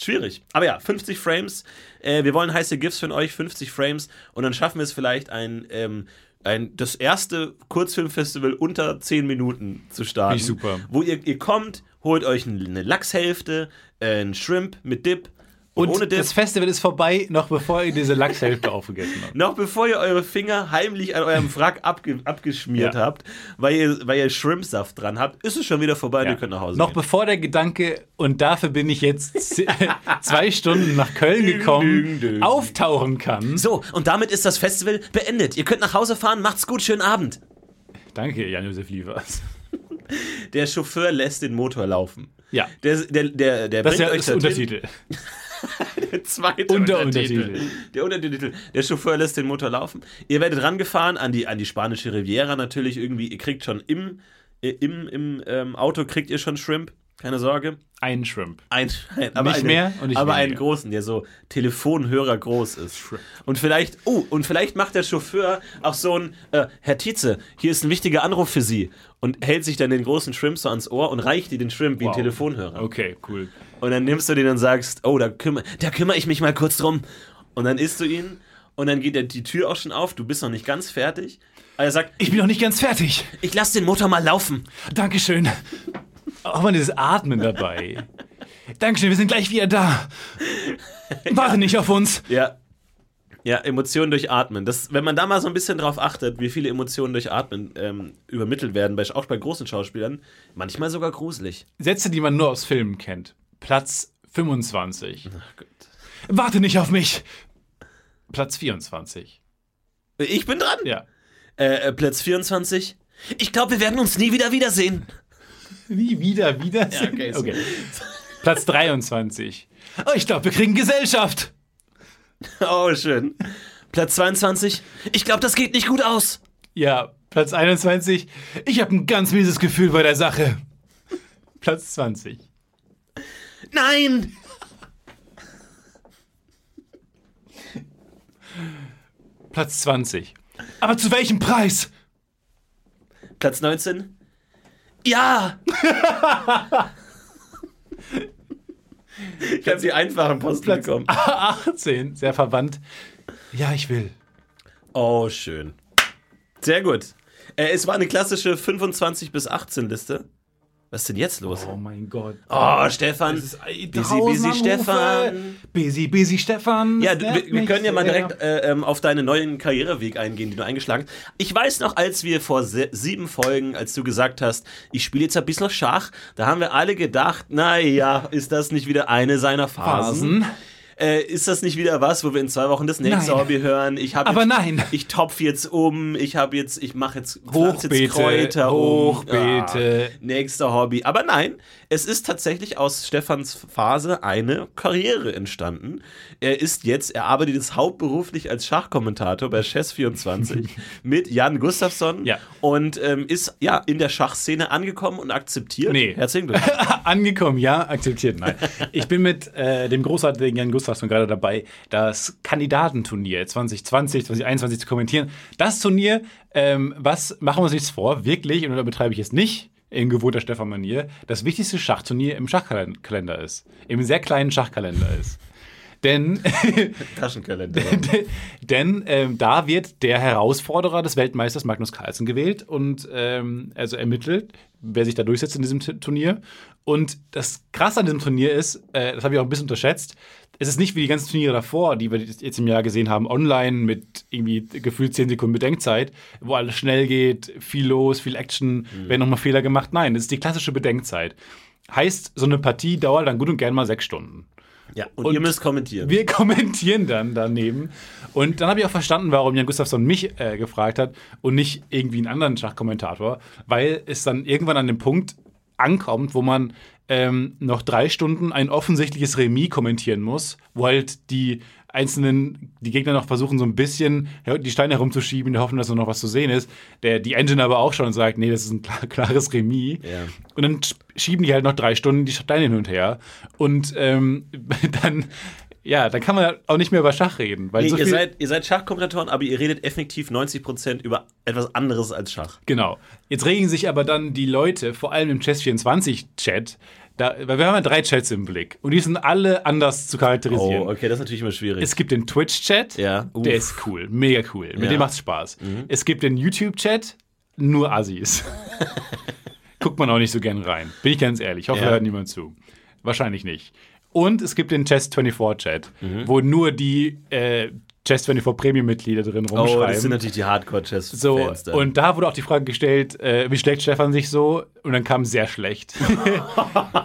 [SPEAKER 4] Schwierig. Aber ja, 50 Frames. Äh, wir wollen heiße GIFs von euch, 50 Frames. Und dann schaffen wir es vielleicht, ein, ähm, ein, das erste Kurzfilmfestival unter 10 Minuten zu starten.
[SPEAKER 3] Finde ich super.
[SPEAKER 4] Wo ihr, ihr kommt, holt euch eine Lachshälfte, äh, ein Shrimp mit Dip Und
[SPEAKER 3] Und
[SPEAKER 4] ohne
[SPEAKER 3] das
[SPEAKER 4] das.
[SPEAKER 3] Festival ist vorbei, noch bevor ihr diese Lachshälfte aufgegessen habt.
[SPEAKER 4] Noch bevor ihr eure Finger heimlich an eurem Wrack abge abgeschmiert
[SPEAKER 3] Ja.
[SPEAKER 4] habt, weil ihr, weil ihr Shrimpsaft dran habt, ist es schon wieder vorbei und ihr könnt nach Hause
[SPEAKER 3] Noch
[SPEAKER 4] gehen.
[SPEAKER 3] bevor der Gedanke, und dafür bin ich jetzt z- zwei Stunden nach Köln gekommen,
[SPEAKER 4] dün, dün.
[SPEAKER 3] auftauchen kann.
[SPEAKER 4] So, und damit ist das Festival beendet. Ihr könnt nach Hause fahren, macht's gut, schönen Abend.
[SPEAKER 3] Danke, Jan-Josef Liefers.
[SPEAKER 4] Der Chauffeur lässt den Motor laufen.
[SPEAKER 3] Ja.
[SPEAKER 4] Der, der, der, der
[SPEAKER 3] Das ist
[SPEAKER 4] bringt
[SPEAKER 3] ja das
[SPEAKER 4] euch dorthin.
[SPEAKER 3] Untertitel.
[SPEAKER 4] Der zweite
[SPEAKER 3] Und der
[SPEAKER 4] Untertitel.
[SPEAKER 3] Untertitel.
[SPEAKER 4] Der Untertitel. Der Chauffeur lässt den Motor laufen. Ihr werdet rangefahren an die, an die spanische Riviera natürlich irgendwie. Ihr kriegt schon im, äh, im, im ähm, Auto kriegt ihr schon Shrimp. Keine Sorge.
[SPEAKER 3] Ein Shrimp.
[SPEAKER 4] Ein, ein, aber
[SPEAKER 3] Nicht
[SPEAKER 4] einen-
[SPEAKER 3] mehr und nicht
[SPEAKER 4] Aber
[SPEAKER 3] weniger.
[SPEAKER 4] einen großen, der so Telefonhörer groß ist. Und vielleicht, oh, und vielleicht macht der Chauffeur auch so ein, äh, Herr Tietze, hier ist ein wichtiger Anruf für Sie. Und hält sich dann den großen Shrimp so ans Ohr und reicht dir den Shrimp wie ein
[SPEAKER 3] Wow.
[SPEAKER 4] Telefonhörer.
[SPEAKER 3] Okay, cool.
[SPEAKER 4] Und dann nimmst du den und sagst, oh, da kümmere da kümmer ich mich mal kurz drum. Und dann isst du ihn und dann geht der, die Tür auch schon auf, du bist noch nicht ganz fertig. Aber er sagt,
[SPEAKER 3] Ich bin noch nicht ganz fertig.
[SPEAKER 4] ich lass den Motor mal laufen.
[SPEAKER 3] Dankeschön. Auch mal dieses Atmen dabei. Dankeschön, wir sind gleich wieder da. Warte nicht auf uns.
[SPEAKER 4] Ja. Ja, Emotionen durch Atmen. Das, wenn man da mal so ein bisschen drauf achtet, wie viele Emotionen durch Atmen ähm, übermittelt werden, bei, auch bei großen Schauspielern, manchmal sogar gruselig.
[SPEAKER 3] Sätze, die man nur aus Filmen kennt. Platz 25. Warte nicht auf mich. Platz 24.
[SPEAKER 4] Ich bin dran.
[SPEAKER 3] Ja.
[SPEAKER 4] Äh, äh, Platz 24. Ich glaube, wir werden uns nie wieder wiedersehen.
[SPEAKER 3] Nie wieder, wieder.
[SPEAKER 4] okay, so.
[SPEAKER 3] okay. Platz 23. Oh, ich glaube, wir kriegen Gesellschaft.
[SPEAKER 4] Oh, schön. Platz 22. Ich glaube, das geht nicht gut aus.
[SPEAKER 3] Ja, Platz 21. Ich habe ein ganz mieses Gefühl bei der Sache. Platz 20.
[SPEAKER 4] Nein!
[SPEAKER 3] Platz 20. Aber zu welchem Preis?
[SPEAKER 4] Platz 19. Ja! ich habe die einfachen Posten bekommen.
[SPEAKER 3] 18. Sehr verwandt. Ja, ich will.
[SPEAKER 4] Oh, schön. Sehr gut. Äh, es war eine klassische 25 bis 18 Liste. Was ist denn jetzt los?
[SPEAKER 3] Oh
[SPEAKER 4] Oh,
[SPEAKER 3] mein Gott.
[SPEAKER 4] Stefan. busy,
[SPEAKER 3] Tausend
[SPEAKER 4] busy,
[SPEAKER 3] Anrufe.
[SPEAKER 4] Stefan.
[SPEAKER 3] Busy, busy, Stefan.
[SPEAKER 4] Ja,
[SPEAKER 3] Das
[SPEAKER 4] wir,
[SPEAKER 3] nervt
[SPEAKER 4] wir
[SPEAKER 3] mich
[SPEAKER 4] können ja mal
[SPEAKER 3] sehr.
[SPEAKER 4] direkt äh, ähm, auf deinen neuen Karriereweg eingehen, den du eingeschlagen hast. Ich weiß noch, als wir vor se sieben Folgen, als du gesagt hast, ich spiele jetzt ein bisschen Schach, da haben wir alle gedacht, naja, ist das nicht wieder eine seiner Phasen?
[SPEAKER 3] Phasen.
[SPEAKER 4] Äh, ist das nicht wieder was, wo wir in zwei Wochen das nächste
[SPEAKER 3] Nein.
[SPEAKER 4] Hobby hören? Ich hab
[SPEAKER 3] Aber
[SPEAKER 4] jetzt,
[SPEAKER 3] nein.
[SPEAKER 4] Ich topf jetzt um, ich habe jetzt, ich mache jetzt, pflanz
[SPEAKER 3] Hochbeete,
[SPEAKER 4] jetzt Kräuter um.
[SPEAKER 3] Hochbeete.
[SPEAKER 4] Ah, nächster Hobby. Aber nein, es ist tatsächlich aus Stefans Phase eine Karriere entstanden. Er ist jetzt, er arbeitet jetzt hauptberuflich als Schachkommentator bei Chess24 mit Jan Gustafsson
[SPEAKER 3] Ja.
[SPEAKER 4] und ähm, ist ja in der Schachszene angekommen und akzeptiert.
[SPEAKER 3] Nee.
[SPEAKER 4] Herzlichen Glückwunsch.
[SPEAKER 3] Angekommen, ja, akzeptiert, nein. Ich bin mit äh, dem großartigen Jan Gustafsson gerade dabei, das Kandidatenturnier 2020, 2021 zu kommentieren. Das Turnier, ähm, was, machen wir uns nichts vor, wirklich, und da betreibe ich es nicht, in gewohnter Stefan-Manier, das wichtigste Schachturnier im Schachkalender ist. Im sehr kleinen Schachkalender ist. Denn
[SPEAKER 4] Taschenkalender.
[SPEAKER 3] Denn ähm, da wird der Herausforderer des Weltmeisters Magnus Carlsen gewählt und ähm, also ermittelt, wer sich da durchsetzt in diesem T Turnier. Und das Krasse an diesem Turnier ist, äh, das habe ich auch ein bisschen unterschätzt, es ist nicht wie die ganzen Turniere davor, die wir jetzt im Jahr gesehen haben, online mit irgendwie gefühlt 10 Sekunden Bedenkzeit, wo alles schnell geht, viel los, viel Action, werden nochmal Fehler gemacht. Nein, das ist die klassische Bedenkzeit. Heißt, so eine Partie dauert dann gut und gern mal sechs Stunden.
[SPEAKER 4] Ja, und, ihr müsst kommentieren.
[SPEAKER 3] Wir kommentieren dann daneben. Und dann habe ich auch verstanden, warum Jan Gustafsson mich äh, gefragt hat und nicht irgendwie einen anderen Schachkommentator, weil es dann irgendwann an dem Punkt ankommt, wo man ähm, noch drei Stunden ein offensichtliches Remis kommentieren muss, wo halt die einzelnen, die Gegner noch versuchen, so ein bisschen ja, die Steine herumzuschieben, in der Hoffnung, dass noch was zu sehen ist. Der, die Engine aber auch schon sagt, nee, das ist ein klar, klares Remis.
[SPEAKER 4] Ja.
[SPEAKER 3] Und dann sch- schieben die halt noch drei Stunden die Steine hin und her. Und ähm, dann, ja, dann kann man auch nicht mehr über Schach reden. Weil
[SPEAKER 4] Nee,
[SPEAKER 3] so
[SPEAKER 4] ihr,
[SPEAKER 3] viel-
[SPEAKER 4] seid, ihr seid Schachkommentatoren, aber ihr redet effektiv 90% über etwas anderes als Schach.
[SPEAKER 3] Genau. Jetzt regen sich aber dann die Leute, vor allem im Chess24-Chat, da, weil wir haben ja drei Chats im Blick und die sind alle anders zu charakterisieren.
[SPEAKER 4] Oh, okay, das ist natürlich immer schwierig.
[SPEAKER 3] Es gibt den Twitch-Chat,
[SPEAKER 4] Ja, uff.
[SPEAKER 3] der ist cool, mega cool, mit
[SPEAKER 4] Ja. Mhm.
[SPEAKER 3] dem macht's Spaß. Es gibt den YouTube-Chat, nur Assis. Guckt man auch nicht so gern rein, bin ich ganz ehrlich. Ich hoffe,
[SPEAKER 4] Ja.
[SPEAKER 3] da hört niemand zu. Wahrscheinlich nicht. Und es gibt den Chess 24 Chat,
[SPEAKER 4] Mhm.
[SPEAKER 3] wo nur die äh, Chess 24 Premium-Mitglieder drin rumschreiben.
[SPEAKER 4] Oh, das sind natürlich die Hardcore-Chess.
[SPEAKER 3] So, und da wurde auch die Frage gestellt, äh, wie schlägt Stefan sich so? Und dann kam sehr schlecht.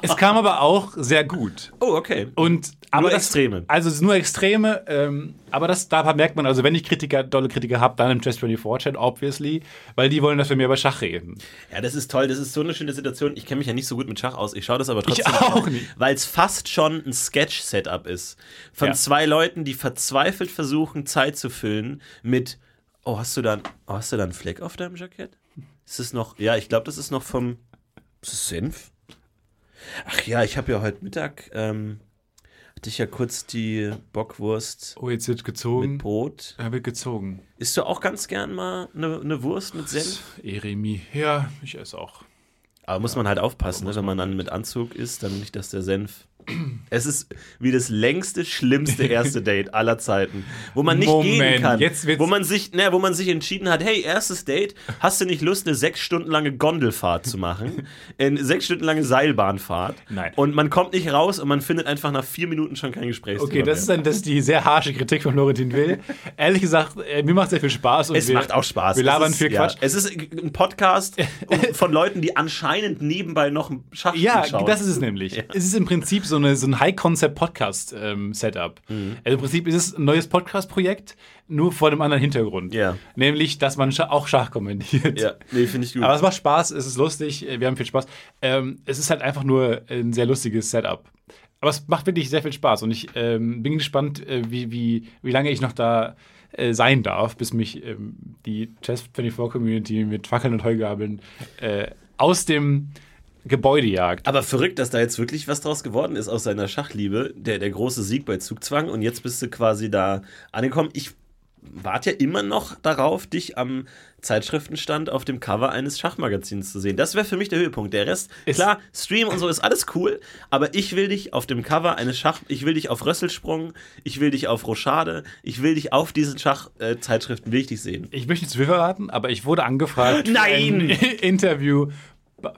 [SPEAKER 3] es kam aber auch sehr gut.
[SPEAKER 4] oh, okay.
[SPEAKER 3] Und, aber das,
[SPEAKER 4] Extreme.
[SPEAKER 3] Also es ist nur Extreme, ähm, aber das, da merkt man, also wenn ich Kritiker, dolle Kritiker habe, dann im Chess 24 Chat, obviously, weil die wollen, dass wir mehr über Schach reden.
[SPEAKER 4] Ja, das ist toll. Das ist so eine schöne Situation. Ich kenne mich ja nicht so gut mit Schach aus. Ich schaue das aber trotzdem.
[SPEAKER 3] auch nicht.
[SPEAKER 4] Weil es fast schon ein Sketch-Setup ist. Von
[SPEAKER 3] Ja.
[SPEAKER 4] zwei Leuten, die verzweifelt versuchen, Zeit zu füllen mit: Oh, hast du da, oh, hast du da einen Fleck auf deinem Jackett? Ist es noch. Ja, ich glaube, das ist noch vom. Ist es Senf? Ach ja, ich habe ja heute Mittag. Ähm, hatte ich ja kurz die Bockwurst
[SPEAKER 3] Oh, jetzt wird
[SPEAKER 4] mit
[SPEAKER 3] gezogen.
[SPEAKER 4] Brot.
[SPEAKER 3] Er wird gezogen.
[SPEAKER 4] Isst du auch ganz gern mal eine, eine Wurst mit Senf?
[SPEAKER 3] Eremi. Ja, ich esse auch.
[SPEAKER 4] Aber muss man halt aufpassen, ne? wenn man dann mit Anzug ist, dann nicht, dass der Senf. Es ist wie das längste, schlimmste erste Date aller Zeiten, wo man nicht gehen
[SPEAKER 3] Moment,
[SPEAKER 4] kann,
[SPEAKER 3] jetzt wird's-
[SPEAKER 4] wo man sich, ne, wo man sich entschieden hat, hey, erstes Date, hast du nicht Lust, eine sechs Stunden lange Gondelfahrt zu machen, eine sechs Stunden lange Seilbahnfahrt?
[SPEAKER 3] Nein.
[SPEAKER 4] Und man kommt nicht raus und man findet einfach nach vier Minuten schon kein Gesprächsthema
[SPEAKER 3] Okay, das ist
[SPEAKER 4] mehr.
[SPEAKER 3] dann das ist die sehr harsche Kritik von Florentin Will. Ehrlich gesagt, äh, mir macht sehr viel Spaß. Und
[SPEAKER 4] es
[SPEAKER 3] wir,
[SPEAKER 4] macht auch Spaß.
[SPEAKER 3] Wir labern
[SPEAKER 4] es ist,
[SPEAKER 3] viel Quatsch.
[SPEAKER 4] Ja, es ist ein Podcast von Leuten, die anscheinend nebenbei noch ein Schach
[SPEAKER 3] Ja,
[SPEAKER 4] schauen.
[SPEAKER 3] das ist es nämlich. Es ist im Prinzip so, eine, so ein High-Concept-Podcast-Setup.
[SPEAKER 4] Mhm.
[SPEAKER 3] Also im Prinzip ist es ein neues Podcast-Projekt, nur vor einem anderen Hintergrund.
[SPEAKER 4] Ja.
[SPEAKER 3] Nämlich, dass man Scha auch Schach kommentiert.
[SPEAKER 4] ja, nee, finde ich gut.
[SPEAKER 3] Aber es macht Spaß, es ist lustig, äh, wir haben viel Spaß. Ähm, es ist halt einfach nur ein sehr lustiges Setup. Aber es macht wirklich sehr viel Spaß und ich ähm, bin gespannt, äh, wie, wie, wie lange ich noch da äh, sein darf, bis mich ähm, die Chess 24 Community mit Fackeln und Heugabeln äh, aus dem Gebäude jagt.
[SPEAKER 4] Aber verrückt, dass da jetzt wirklich was draus geworden ist aus seiner Schachliebe. Der, der große Sieg bei Zugzwang. Und jetzt bist du quasi da angekommen. Ich warte ja immer noch darauf, dich am Zeitschriftenstand auf dem Cover eines Schachmagazins zu sehen. Das wäre für mich der Höhepunkt. Der Rest, klar, Stream und so ist alles cool, aber ich will dich auf dem Cover eines Schach, ich will dich auf Rösselsprung, ich will dich auf Rochade, ich will dich auf diesen Schachzeitschriften, äh, Zeitschriften will ich dich sehen.
[SPEAKER 3] Ich möchte nicht zu viel verraten, aber ich wurde angefragt
[SPEAKER 4] Nein!
[SPEAKER 3] für ein Interview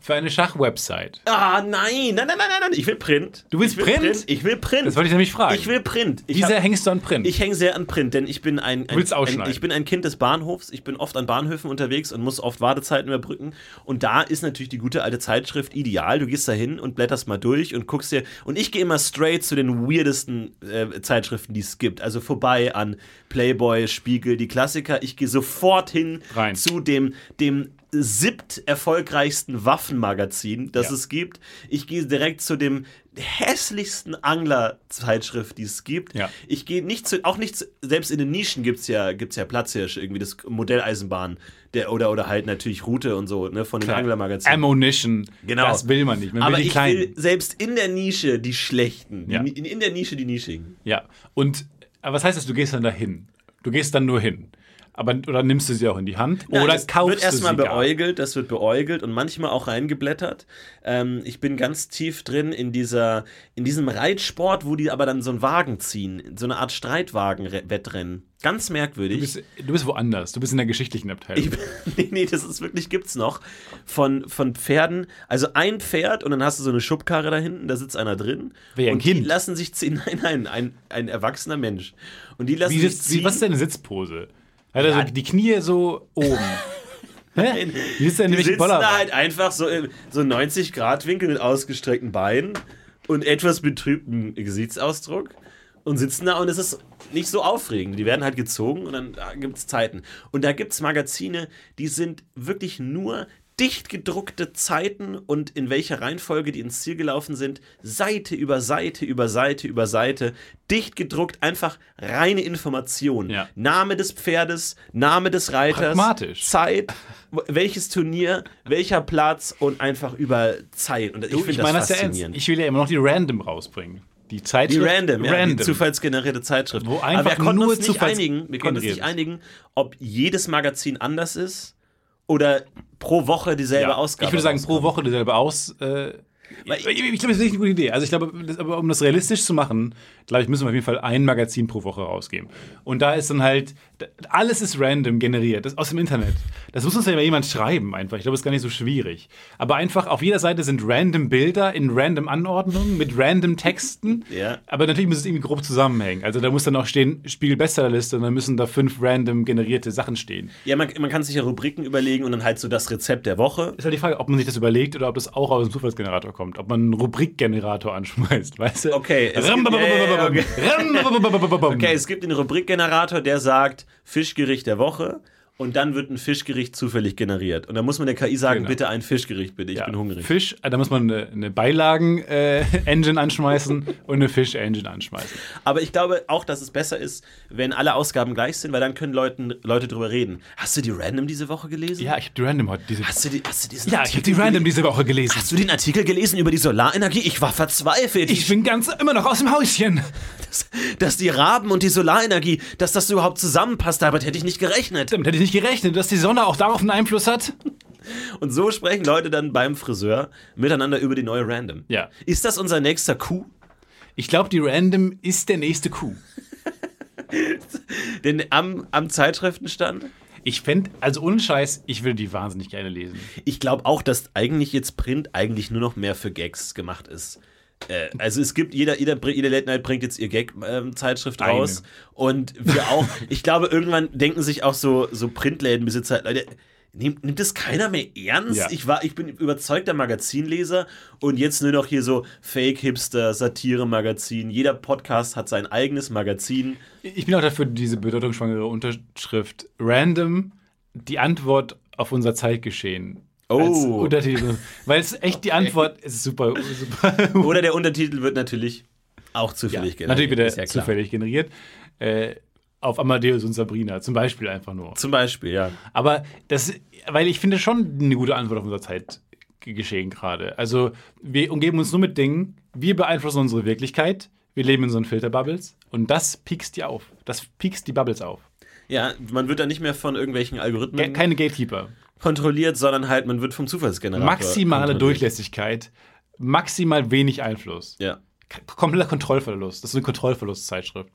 [SPEAKER 3] für eine Schach-Website.
[SPEAKER 4] Ah, nein, nein, nein, nein, nein, nein, ich will Print.
[SPEAKER 3] Du willst
[SPEAKER 4] ich will
[SPEAKER 3] Print?
[SPEAKER 4] Ich will Print.
[SPEAKER 3] Das wollte ich nämlich fragen.
[SPEAKER 4] Ich will Print. Ich
[SPEAKER 3] Wie
[SPEAKER 4] hab-
[SPEAKER 3] sehr hängst du an Print?
[SPEAKER 4] Ich hänge sehr an Print, denn ich bin ein, ein,
[SPEAKER 3] willst
[SPEAKER 4] ein
[SPEAKER 3] ausschneiden.
[SPEAKER 4] ich bin ein Kind des Bahnhofs. Ich bin oft an Bahnhöfen unterwegs und muss oft Wartezeiten überbrücken. Und da ist natürlich die gute alte Zeitschrift ideal. Du gehst da hin und blätterst mal durch und guckst dir. Und ich gehe immer straight zu den weirdesten äh, Zeitschriften, die es gibt. Also vorbei an Playboy, Spiegel, die Klassiker. Ich gehe sofort hin
[SPEAKER 3] Rein.
[SPEAKER 4] zu dem dem siebt erfolgreichsten Waffenmagazin, das
[SPEAKER 3] Ja.
[SPEAKER 4] es gibt. Ich gehe direkt zu dem hässlichsten Anglerzeitschrift, die es gibt.
[SPEAKER 3] Ja.
[SPEAKER 4] Ich gehe nicht zu, auch nicht zu, selbst in den Nischen gibt es ja, gibt's ja Platzhirsche, irgendwie das Modelleisenbahn der, oder, oder halt natürlich Route und so, ne, von den Anglermagazinen.
[SPEAKER 3] Ammunition.
[SPEAKER 4] Genau.
[SPEAKER 3] Das will man nicht. Man
[SPEAKER 4] Aber
[SPEAKER 3] will die
[SPEAKER 4] ich
[SPEAKER 3] kleinen.
[SPEAKER 4] will selbst in der Nische die Schlechten,
[SPEAKER 3] Ja.
[SPEAKER 4] die, in, in der Nische die Nischigen.
[SPEAKER 3] Ja, und aber was heißt das, du gehst dann dahin? Du gehst dann nur hin. Aber oder nimmst du sie auch in die Hand
[SPEAKER 4] Nein,
[SPEAKER 3] oder
[SPEAKER 4] das
[SPEAKER 3] kaufst
[SPEAKER 4] wird erstmal
[SPEAKER 3] du sie gar?
[SPEAKER 4] beäugelt, das wird beäugelt und manchmal auch reingeblättert. Ähm, ich bin ganz tief drin in dieser, in diesem Reitsport, wo die aber dann so einen Wagen ziehen, so eine Art Streitwagen-Wettrennen. Ganz merkwürdig.
[SPEAKER 3] Du bist, du bist woanders, du bist in der geschichtlichen Abteilung.
[SPEAKER 4] Ich, nee, nee, das ist wirklich, gibt's noch. Von, von Pferden. Also ein Pferd und dann hast du so eine Schubkarre da hinten, da sitzt einer drin.
[SPEAKER 3] Wie ein
[SPEAKER 4] und die
[SPEAKER 3] Kind.
[SPEAKER 4] lassen sich ziehen. Nein, nein, ein, ein erwachsener Mensch. Und die lassen
[SPEAKER 3] wie
[SPEAKER 4] sich
[SPEAKER 3] sitzt,
[SPEAKER 4] ziehen.
[SPEAKER 3] wie, was ist deine Sitzpose? Hat er so die Knie so oben. Hä? Wie sitzt er
[SPEAKER 4] die
[SPEAKER 3] nämlich
[SPEAKER 4] sitzen
[SPEAKER 3] Poller?
[SPEAKER 4] da halt einfach so im so 90-Grad-Winkel mit ausgestreckten Beinen und etwas betrübtem Gesichtsausdruck und sitzen da und es ist nicht so aufregend. Die werden halt gezogen und dann gibt es Zeiten. Und da gibt es Magazine, die sind wirklich nur dicht gedruckte Zeiten und in welcher Reihenfolge die ins Ziel gelaufen sind, Seite über Seite über Seite über Seite, dicht gedruckt, einfach reine Information.
[SPEAKER 3] Ja.
[SPEAKER 4] Name des Pferdes, Name des Reiters,
[SPEAKER 3] Pragmatisch.
[SPEAKER 4] Zeit, w- welches Turnier, welcher Platz und einfach über Zeit. Und ich
[SPEAKER 3] Du,
[SPEAKER 4] finde
[SPEAKER 3] ich
[SPEAKER 4] das
[SPEAKER 3] meine das ja ernst.
[SPEAKER 4] faszinierend.
[SPEAKER 3] Ich will ja immer noch die Random rausbringen. Die Zeit.
[SPEAKER 4] die random, Ja, die
[SPEAKER 3] random.
[SPEAKER 4] zufallsgenerierte Zeitschrift.
[SPEAKER 3] Wo
[SPEAKER 4] Aber
[SPEAKER 3] einfach
[SPEAKER 4] wir konnten
[SPEAKER 3] nur
[SPEAKER 4] uns nicht
[SPEAKER 3] zufalls-
[SPEAKER 4] einigen, wir konnten uns nicht
[SPEAKER 3] generiert.
[SPEAKER 4] einigen, ob jedes Magazin anders ist oder pro Woche dieselbe
[SPEAKER 3] ja.
[SPEAKER 4] Ausgabe.
[SPEAKER 3] Ich würde sagen, pro
[SPEAKER 4] rauskommt.
[SPEAKER 3] Woche dieselbe Aus. Äh, Weil Ich, ich glaube, das ist nicht eine gute Idee. Also ich glaube, das, aber um das realistisch zu machen, glaube ich, müssen wir auf jeden Fall ein Magazin pro Woche rausgeben. Und da ist dann halt, da- alles ist random generiert, das ist aus dem Internet. Das muss uns ja immer jemand schreiben einfach. Ich glaube, das ist gar nicht so schwierig. Aber einfach auf jeder Seite sind random Bilder in random Anordnungen mit random Texten.
[SPEAKER 4] Ja.
[SPEAKER 3] Aber natürlich muss es irgendwie grob zusammenhängen. Also da muss dann auch stehen, Spiel Bestsellerliste und dann müssen da fünf random generierte Sachen stehen.
[SPEAKER 4] Ja, man, man kann sich ja Rubriken überlegen und dann halt so das Rezept der Woche.
[SPEAKER 3] Ist halt die Frage, ob man sich das überlegt oder ob das auch aus dem Zufallsgenerator kommt. Ob man einen Rubrikgenerator anschmeißt, weißt du?
[SPEAKER 4] Okay, es
[SPEAKER 3] Ram-
[SPEAKER 4] gibt-
[SPEAKER 3] bam-
[SPEAKER 4] ja, ja, ja,
[SPEAKER 3] bam-
[SPEAKER 4] okay.
[SPEAKER 3] bam- bam- bam- bam-
[SPEAKER 4] Okay, es gibt den Rubrikgenerator, der sagt Fischgericht der Woche und dann wird ein Fischgericht zufällig generiert. Und dann muss man der KI sagen,
[SPEAKER 3] Genau.
[SPEAKER 4] bitte ein Fischgericht, bitte, ich
[SPEAKER 3] Ja,
[SPEAKER 4] bin hungrig.
[SPEAKER 3] Fisch, ah, da muss man eine, eine Beilagen-Engine anschmeißen und eine Fisch-Engine anschmeißen.
[SPEAKER 4] Aber ich glaube auch, dass es besser ist, wenn alle Ausgaben gleich sind, weil dann können Leuten, Leute drüber reden. Hast du die Random diese Woche gelesen?
[SPEAKER 3] Ja, ich habe die Random heute diese
[SPEAKER 4] Hast du, die, hast du diesen
[SPEAKER 3] Ja, ich habe die Random
[SPEAKER 4] gelesen?
[SPEAKER 3] diese Woche gelesen.
[SPEAKER 4] Hast du den Artikel gelesen über die Solarenergie? Ich war verzweifelt.
[SPEAKER 3] Ich bin ganz immer noch aus dem Häuschen.
[SPEAKER 4] dass, dass die Raben und die Solarenergie, dass das überhaupt zusammenpasst, damit hätte ich nicht gerechnet.
[SPEAKER 3] Damit hätte ich nicht gerechnet, dass die Sonne auch darauf einen Einfluss hat.
[SPEAKER 4] Und so sprechen Leute dann beim Friseur miteinander über die neue Random.
[SPEAKER 3] Ja.
[SPEAKER 4] Ist das unser nächster Coup?
[SPEAKER 3] Ich glaube, die Random ist der nächste Coup.
[SPEAKER 4] Denn am, am Zeitschriftenstand?
[SPEAKER 3] Ich fände, also ohne Scheiß, ich würde die wahnsinnig gerne lesen.
[SPEAKER 4] Ich glaube auch, dass eigentlich jetzt Print eigentlich nur noch mehr für Gags gemacht ist. Äh, also es gibt, jeder, jeder, jede Late Night bringt jetzt ihr Gag-Zeitschrift
[SPEAKER 3] Eine.
[SPEAKER 4] raus. Und wir auch, ich glaube, irgendwann denken sich auch so, so Printlädenbesitzer, Leute, nimmt, nimmt das keiner mehr ernst?
[SPEAKER 3] Ja.
[SPEAKER 4] Ich, war, ich bin überzeugter Magazinleser und jetzt nur noch hier so Fake-Hipster, Satire-Magazin. Jeder Podcast hat sein eigenes Magazin.
[SPEAKER 3] Ich bin auch dafür, diese bedeutungsschwangere Unterschrift random die Antwort auf unser Zeitgeschehen.
[SPEAKER 4] Oh.
[SPEAKER 3] Als Untertitel. Weil es echt die Antwort es ist super. super
[SPEAKER 4] Oder der Untertitel wird natürlich auch zufällig generiert.
[SPEAKER 3] natürlich wieder
[SPEAKER 4] ist ja klar.
[SPEAKER 3] zufällig generiert. Äh, auf Amadeus und Sabrina zum Beispiel einfach nur.
[SPEAKER 4] Zum Beispiel, ja.
[SPEAKER 3] Aber das, weil ich finde schon eine gute Antwort auf unser Zeitgeschehen gerade. Also wir umgeben uns nur mit Dingen, wir beeinflussen unsere Wirklichkeit, wir leben in so einen Filterbubbles und das piekst die auf. Das piekst die Bubbles auf.
[SPEAKER 4] Ja, man wird da nicht mehr von irgendwelchen
[SPEAKER 3] Ge-
[SPEAKER 4] Algorithmen
[SPEAKER 3] Keine Gatekeeper.
[SPEAKER 4] kontrolliert, sondern halt man wird vom Zufallsgenerator.
[SPEAKER 3] Maximale
[SPEAKER 4] kontrolliert.
[SPEAKER 3] Durchlässigkeit, maximal wenig Einfluss.
[SPEAKER 4] Ja.
[SPEAKER 3] K- Kompletter Kontrollverlust. Das ist eine Kontrollverlustzeitschrift.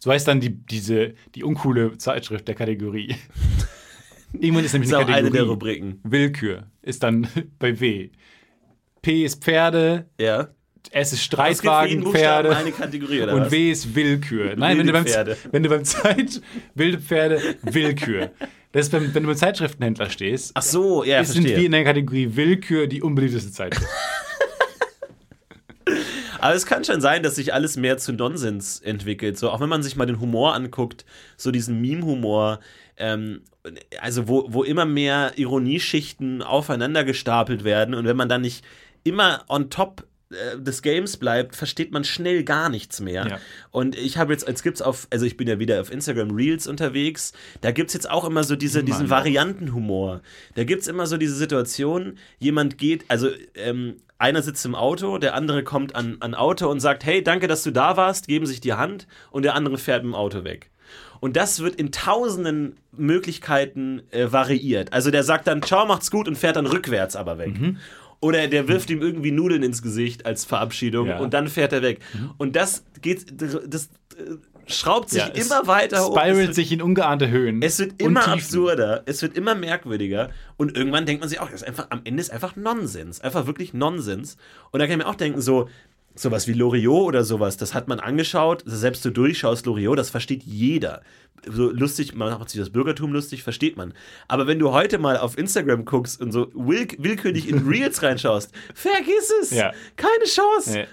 [SPEAKER 3] So heißt dann die, diese, die uncoole Zeitschrift der Kategorie. Irgendwann ist nämlich
[SPEAKER 4] Ist auch
[SPEAKER 3] eine Kategorie.
[SPEAKER 4] eine der Rubriken.
[SPEAKER 3] Willkür ist dann bei W. P ist Pferde,
[SPEAKER 4] Ja.
[SPEAKER 3] S ist
[SPEAKER 4] Es gibt für jeden
[SPEAKER 3] Streitwagen,
[SPEAKER 4] Buchstaben
[SPEAKER 3] Pferde.
[SPEAKER 4] eine Kategorie, oder
[SPEAKER 3] Und
[SPEAKER 4] was?
[SPEAKER 3] W ist Willkür. Nein, wenn du, beim,
[SPEAKER 4] Pferde.
[SPEAKER 3] wenn du beim Zeit. Wilde Pferde, Willkür. Das ist, beim, wenn du beim Zeitschriftenhändler stehst,
[SPEAKER 4] Ach so, ja,
[SPEAKER 3] sind wir
[SPEAKER 4] verstehe.
[SPEAKER 3] in der Kategorie Willkür die unbeliebteste Zeitschrift.
[SPEAKER 4] Aber es kann schon sein, dass sich alles mehr zu Nonsens entwickelt. So, auch wenn man sich mal den Humor anguckt, so diesen Meme-Humor, ähm, also wo, wo immer mehr Ironieschichten aufeinander gestapelt werden und wenn man dann nicht immer on top äh, des Games bleibt, versteht man schnell gar nichts mehr.
[SPEAKER 3] Ja.
[SPEAKER 4] Und ich habe jetzt, als gibt's auf, also ich bin ja wieder auf Instagram Reels unterwegs, da gibt's jetzt auch immer so diese, diesen Variantenhumor. Da gibt's immer so diese Situation, jemand geht, also ähm, einer sitzt im Auto, der andere kommt an, an Auto und sagt, hey, danke, dass du da warst, geben sich die Hand und der andere fährt mit dem Auto weg. Und das wird in tausenden Möglichkeiten äh, variiert. Also der sagt dann, ciao, macht's gut und fährt dann rückwärts aber weg. Oder der wirft ihm irgendwie Nudeln ins Gesicht als Verabschiedung
[SPEAKER 3] Ja. Mhm.
[SPEAKER 4] und dann fährt er weg. Und das geht, das äh, schraubt sich
[SPEAKER 3] Ja, es
[SPEAKER 4] immer weiter hoch. Es
[SPEAKER 3] Spiralt
[SPEAKER 4] wird-
[SPEAKER 3] sich in ungeahnte Höhen.
[SPEAKER 4] es wird
[SPEAKER 3] und
[SPEAKER 4] immer
[SPEAKER 3] Tiefen.
[SPEAKER 4] absurder, es wird immer merkwürdiger und irgendwann denkt man sich auch, das ist einfach, am Ende ist einfach Nonsens, einfach wirklich Nonsens. Und da kann ich mir auch denken, so sowas wie Loriot oder sowas, das hat man angeschaut, selbst du durchschaust Loriot, das versteht jeder. So lustig, man macht sich das Bürgertum lustig, versteht man. Aber wenn du heute mal auf Instagram guckst und so willk willkürlich in Reels reinschaust, vergiss es,
[SPEAKER 3] Ja.
[SPEAKER 4] keine Chance.
[SPEAKER 3] Nee.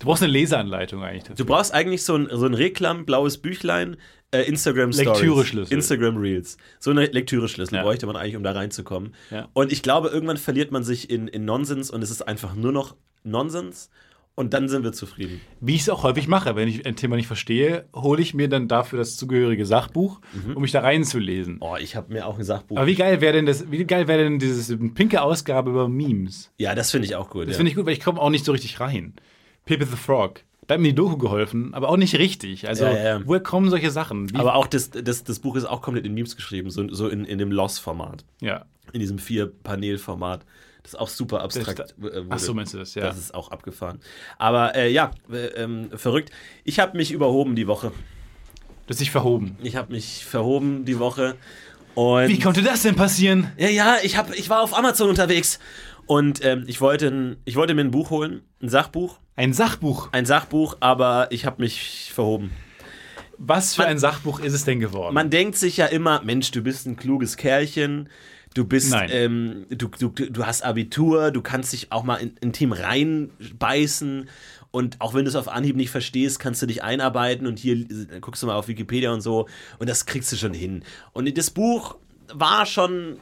[SPEAKER 3] Du brauchst eine Leseanleitung eigentlich.
[SPEAKER 4] Du brauchst eigentlich so ein, so ein Reklam, blaues Büchlein, äh, Instagram Stories.
[SPEAKER 3] Lektüreschlüssel.
[SPEAKER 4] Instagram Reels. So eine Lektüreschlüssel
[SPEAKER 3] Ja.
[SPEAKER 4] bräuchte man eigentlich, um da reinzukommen.
[SPEAKER 3] Ja.
[SPEAKER 4] Und ich glaube, irgendwann verliert man sich in, in Nonsens und es ist einfach nur noch Nonsens. Und dann sind wir zufrieden.
[SPEAKER 3] Wie ich es auch häufig mache, wenn ich ein Thema nicht verstehe, hole ich mir dann dafür das zugehörige Sachbuch,
[SPEAKER 4] Mhm.
[SPEAKER 3] um mich da reinzulesen.
[SPEAKER 4] Oh, ich habe mir auch ein Sachbuch.
[SPEAKER 3] Aber wie geil wäre denn das, wie geil wäre denn dieses pinke Ausgabe über Memes?
[SPEAKER 4] ja, das finde ich auch gut.
[SPEAKER 3] Das
[SPEAKER 4] ja.
[SPEAKER 3] finde ich gut, weil ich komme auch nicht so richtig rein. Pippi the Frog. Da hat mir die Doku geholfen, aber auch nicht richtig. Also,
[SPEAKER 4] Ja, ja.
[SPEAKER 3] woher kommen solche Sachen? Wie,
[SPEAKER 4] aber auch das, das, das Buch ist auch komplett in Memes geschrieben, so, so in, in dem Loss-Format.
[SPEAKER 3] ja.
[SPEAKER 4] In diesem Vier-Panel-Format. das auch super abstrakt
[SPEAKER 3] Das-
[SPEAKER 4] äh, wurde.
[SPEAKER 3] Ach so, meinst du das, ja.
[SPEAKER 4] Das ist auch abgefahren. Aber äh, ja, äh, ähm, verrückt. Ich habe mich überhoben die Woche.
[SPEAKER 3] Du hast dich verhoben.
[SPEAKER 4] Ich habe mich verhoben die Woche. Und
[SPEAKER 3] Wie konnte das denn passieren?
[SPEAKER 4] ja, ja, ich, hab, ich war auf Amazon unterwegs und ähm, ich, wollte ein, ich wollte mir ein Buch holen, ein Sachbuch.
[SPEAKER 3] Ein Sachbuch.
[SPEAKER 4] Ein Sachbuch, aber ich habe mich verhoben.
[SPEAKER 3] Was für
[SPEAKER 4] Man-
[SPEAKER 3] ein Sachbuch ist es denn geworden?
[SPEAKER 4] Man denkt sich ja immer, Mensch, du bist ein kluges Kerlchen, du bist,
[SPEAKER 3] Nein.
[SPEAKER 4] ähm, du, du, du hast Abitur, du kannst dich auch mal in, in Team reinbeißen und auch wenn du es auf Anhieb nicht verstehst, kannst du dich einarbeiten und hier äh, guckst du mal auf Wikipedia und so und das kriegst du schon hin. Und das Buch war schon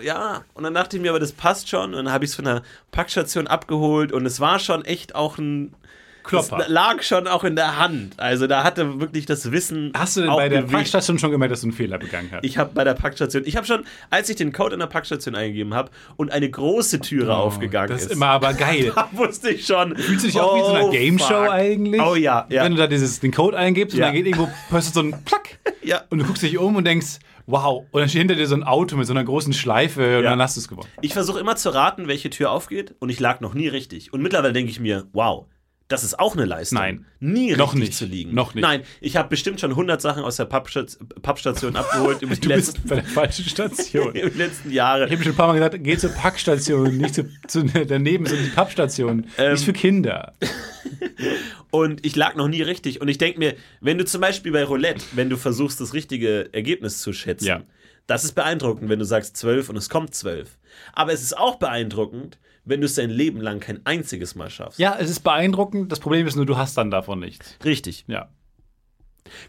[SPEAKER 4] äh, ja, und dann dachte ich mir, aber das passt schon. Und dann habe ich es von der Packstation abgeholt und es war schon echt auch ein.
[SPEAKER 3] Klopper.
[SPEAKER 4] Es lag schon auch in der Hand. Also da hatte wirklich das Wissen.
[SPEAKER 3] Hast du denn
[SPEAKER 4] auch
[SPEAKER 3] bei der
[SPEAKER 4] gewirkt.
[SPEAKER 3] Packstation schon gemerkt, dass du einen Fehler begangen hast?
[SPEAKER 4] Ich habe bei der Packstation. Ich habe schon, als ich den Code in der Packstation eingegeben habe und eine große Türe aufgegangen
[SPEAKER 3] Oh, das
[SPEAKER 4] ist.
[SPEAKER 3] ist immer aber geil.
[SPEAKER 4] da wusste ich schon. Fühlst
[SPEAKER 3] Fühlst du dich auch wie in so einer Game Show eigentlich?
[SPEAKER 4] Oh ja, ja.
[SPEAKER 3] Wenn du da dieses, den Code eingibst
[SPEAKER 4] Ja.
[SPEAKER 3] und dann geht irgendwo, hörst du so ein Plack
[SPEAKER 4] Ja.
[SPEAKER 3] und du guckst dich um und denkst, wow. Und dann steht hinter dir so ein Auto mit so einer großen Schleife und
[SPEAKER 4] Ja.
[SPEAKER 3] dann hast du es gewonnen.
[SPEAKER 4] Ich versuche immer zu raten, welche Tür aufgeht und ich lag noch nie richtig. Und mittlerweile denke ich mir, wow, das ist auch eine Leistung.
[SPEAKER 3] Nein.
[SPEAKER 4] Nie
[SPEAKER 3] Noch
[SPEAKER 4] richtig
[SPEAKER 3] nicht.
[SPEAKER 4] zu liegen.
[SPEAKER 3] Noch nicht.
[SPEAKER 4] Nein, ich habe bestimmt schon 100 Sachen aus der Pappstat- Pappstation abgeholt über die
[SPEAKER 3] Du bist
[SPEAKER 4] letzten,
[SPEAKER 3] bei der falschen Station.
[SPEAKER 4] über die letzten
[SPEAKER 3] Ich
[SPEAKER 4] Jahre.
[SPEAKER 3] habe schon ein paar Mal gesagt, geh zur Packstation, nicht zu, zu daneben sind die Pappstationen.
[SPEAKER 4] Ähm.
[SPEAKER 3] nicht für Kinder.
[SPEAKER 4] Und ich lag noch nie richtig. Und ich denke mir, wenn du zum Beispiel bei Roulette, wenn du versuchst, das richtige Ergebnis zu schätzen,
[SPEAKER 3] Ja.
[SPEAKER 4] das ist beeindruckend, wenn du sagst 12 und es kommt 12. Aber es ist auch beeindruckend, wenn du es dein Leben lang kein einziges Mal schaffst.
[SPEAKER 3] Ja, es ist beeindruckend. Das Problem ist nur, du hast dann davon nichts.
[SPEAKER 4] Richtig.
[SPEAKER 3] Ja.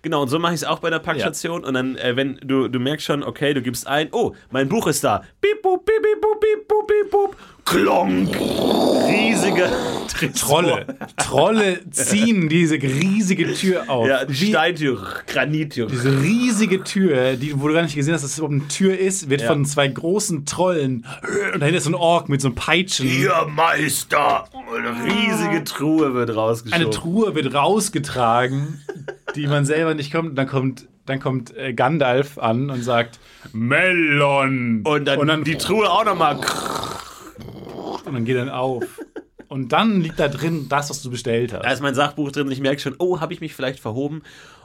[SPEAKER 4] Genau, und so mache ich es auch bei der Packstation. Und dann, äh, wenn du, du merkst schon, okay, du gibst ein, oh, mein Buch ist da. Bip, bup, bip, bip, bup, bip, bup, bip, bup. Klonk. Riesiger Tresor.
[SPEAKER 3] Trolle. Trolle ziehen diese riesige Tür auf.
[SPEAKER 4] Ja, die
[SPEAKER 3] Wie-
[SPEAKER 4] Steintür, Granittür.
[SPEAKER 3] Diese riesige Tür, die, wo du gar nicht gesehen hast, dass es überhaupt eine Tür ist, wird
[SPEAKER 4] Ja.
[SPEAKER 3] von zwei großen Trollen. Und dahinter ist so ein Ork mit so einem Peitschen.
[SPEAKER 4] Ihr Meister. Eine riesige Truhe wird rausgeschoben.
[SPEAKER 3] Eine Truhe wird rausgetragen, die man selber nicht kommt. Und dann kommt, dann kommt äh, Gandalf an und sagt: Melon!
[SPEAKER 4] und, dann
[SPEAKER 3] und, dann,
[SPEAKER 4] die Truhe auch nochmal.
[SPEAKER 3] und dann geht dann auf. Und dann liegt da drin das, was du bestellt hast.
[SPEAKER 4] Da ist mein Sachbuch drin und ich merke schon, oh, habe ich mich vielleicht verhoben.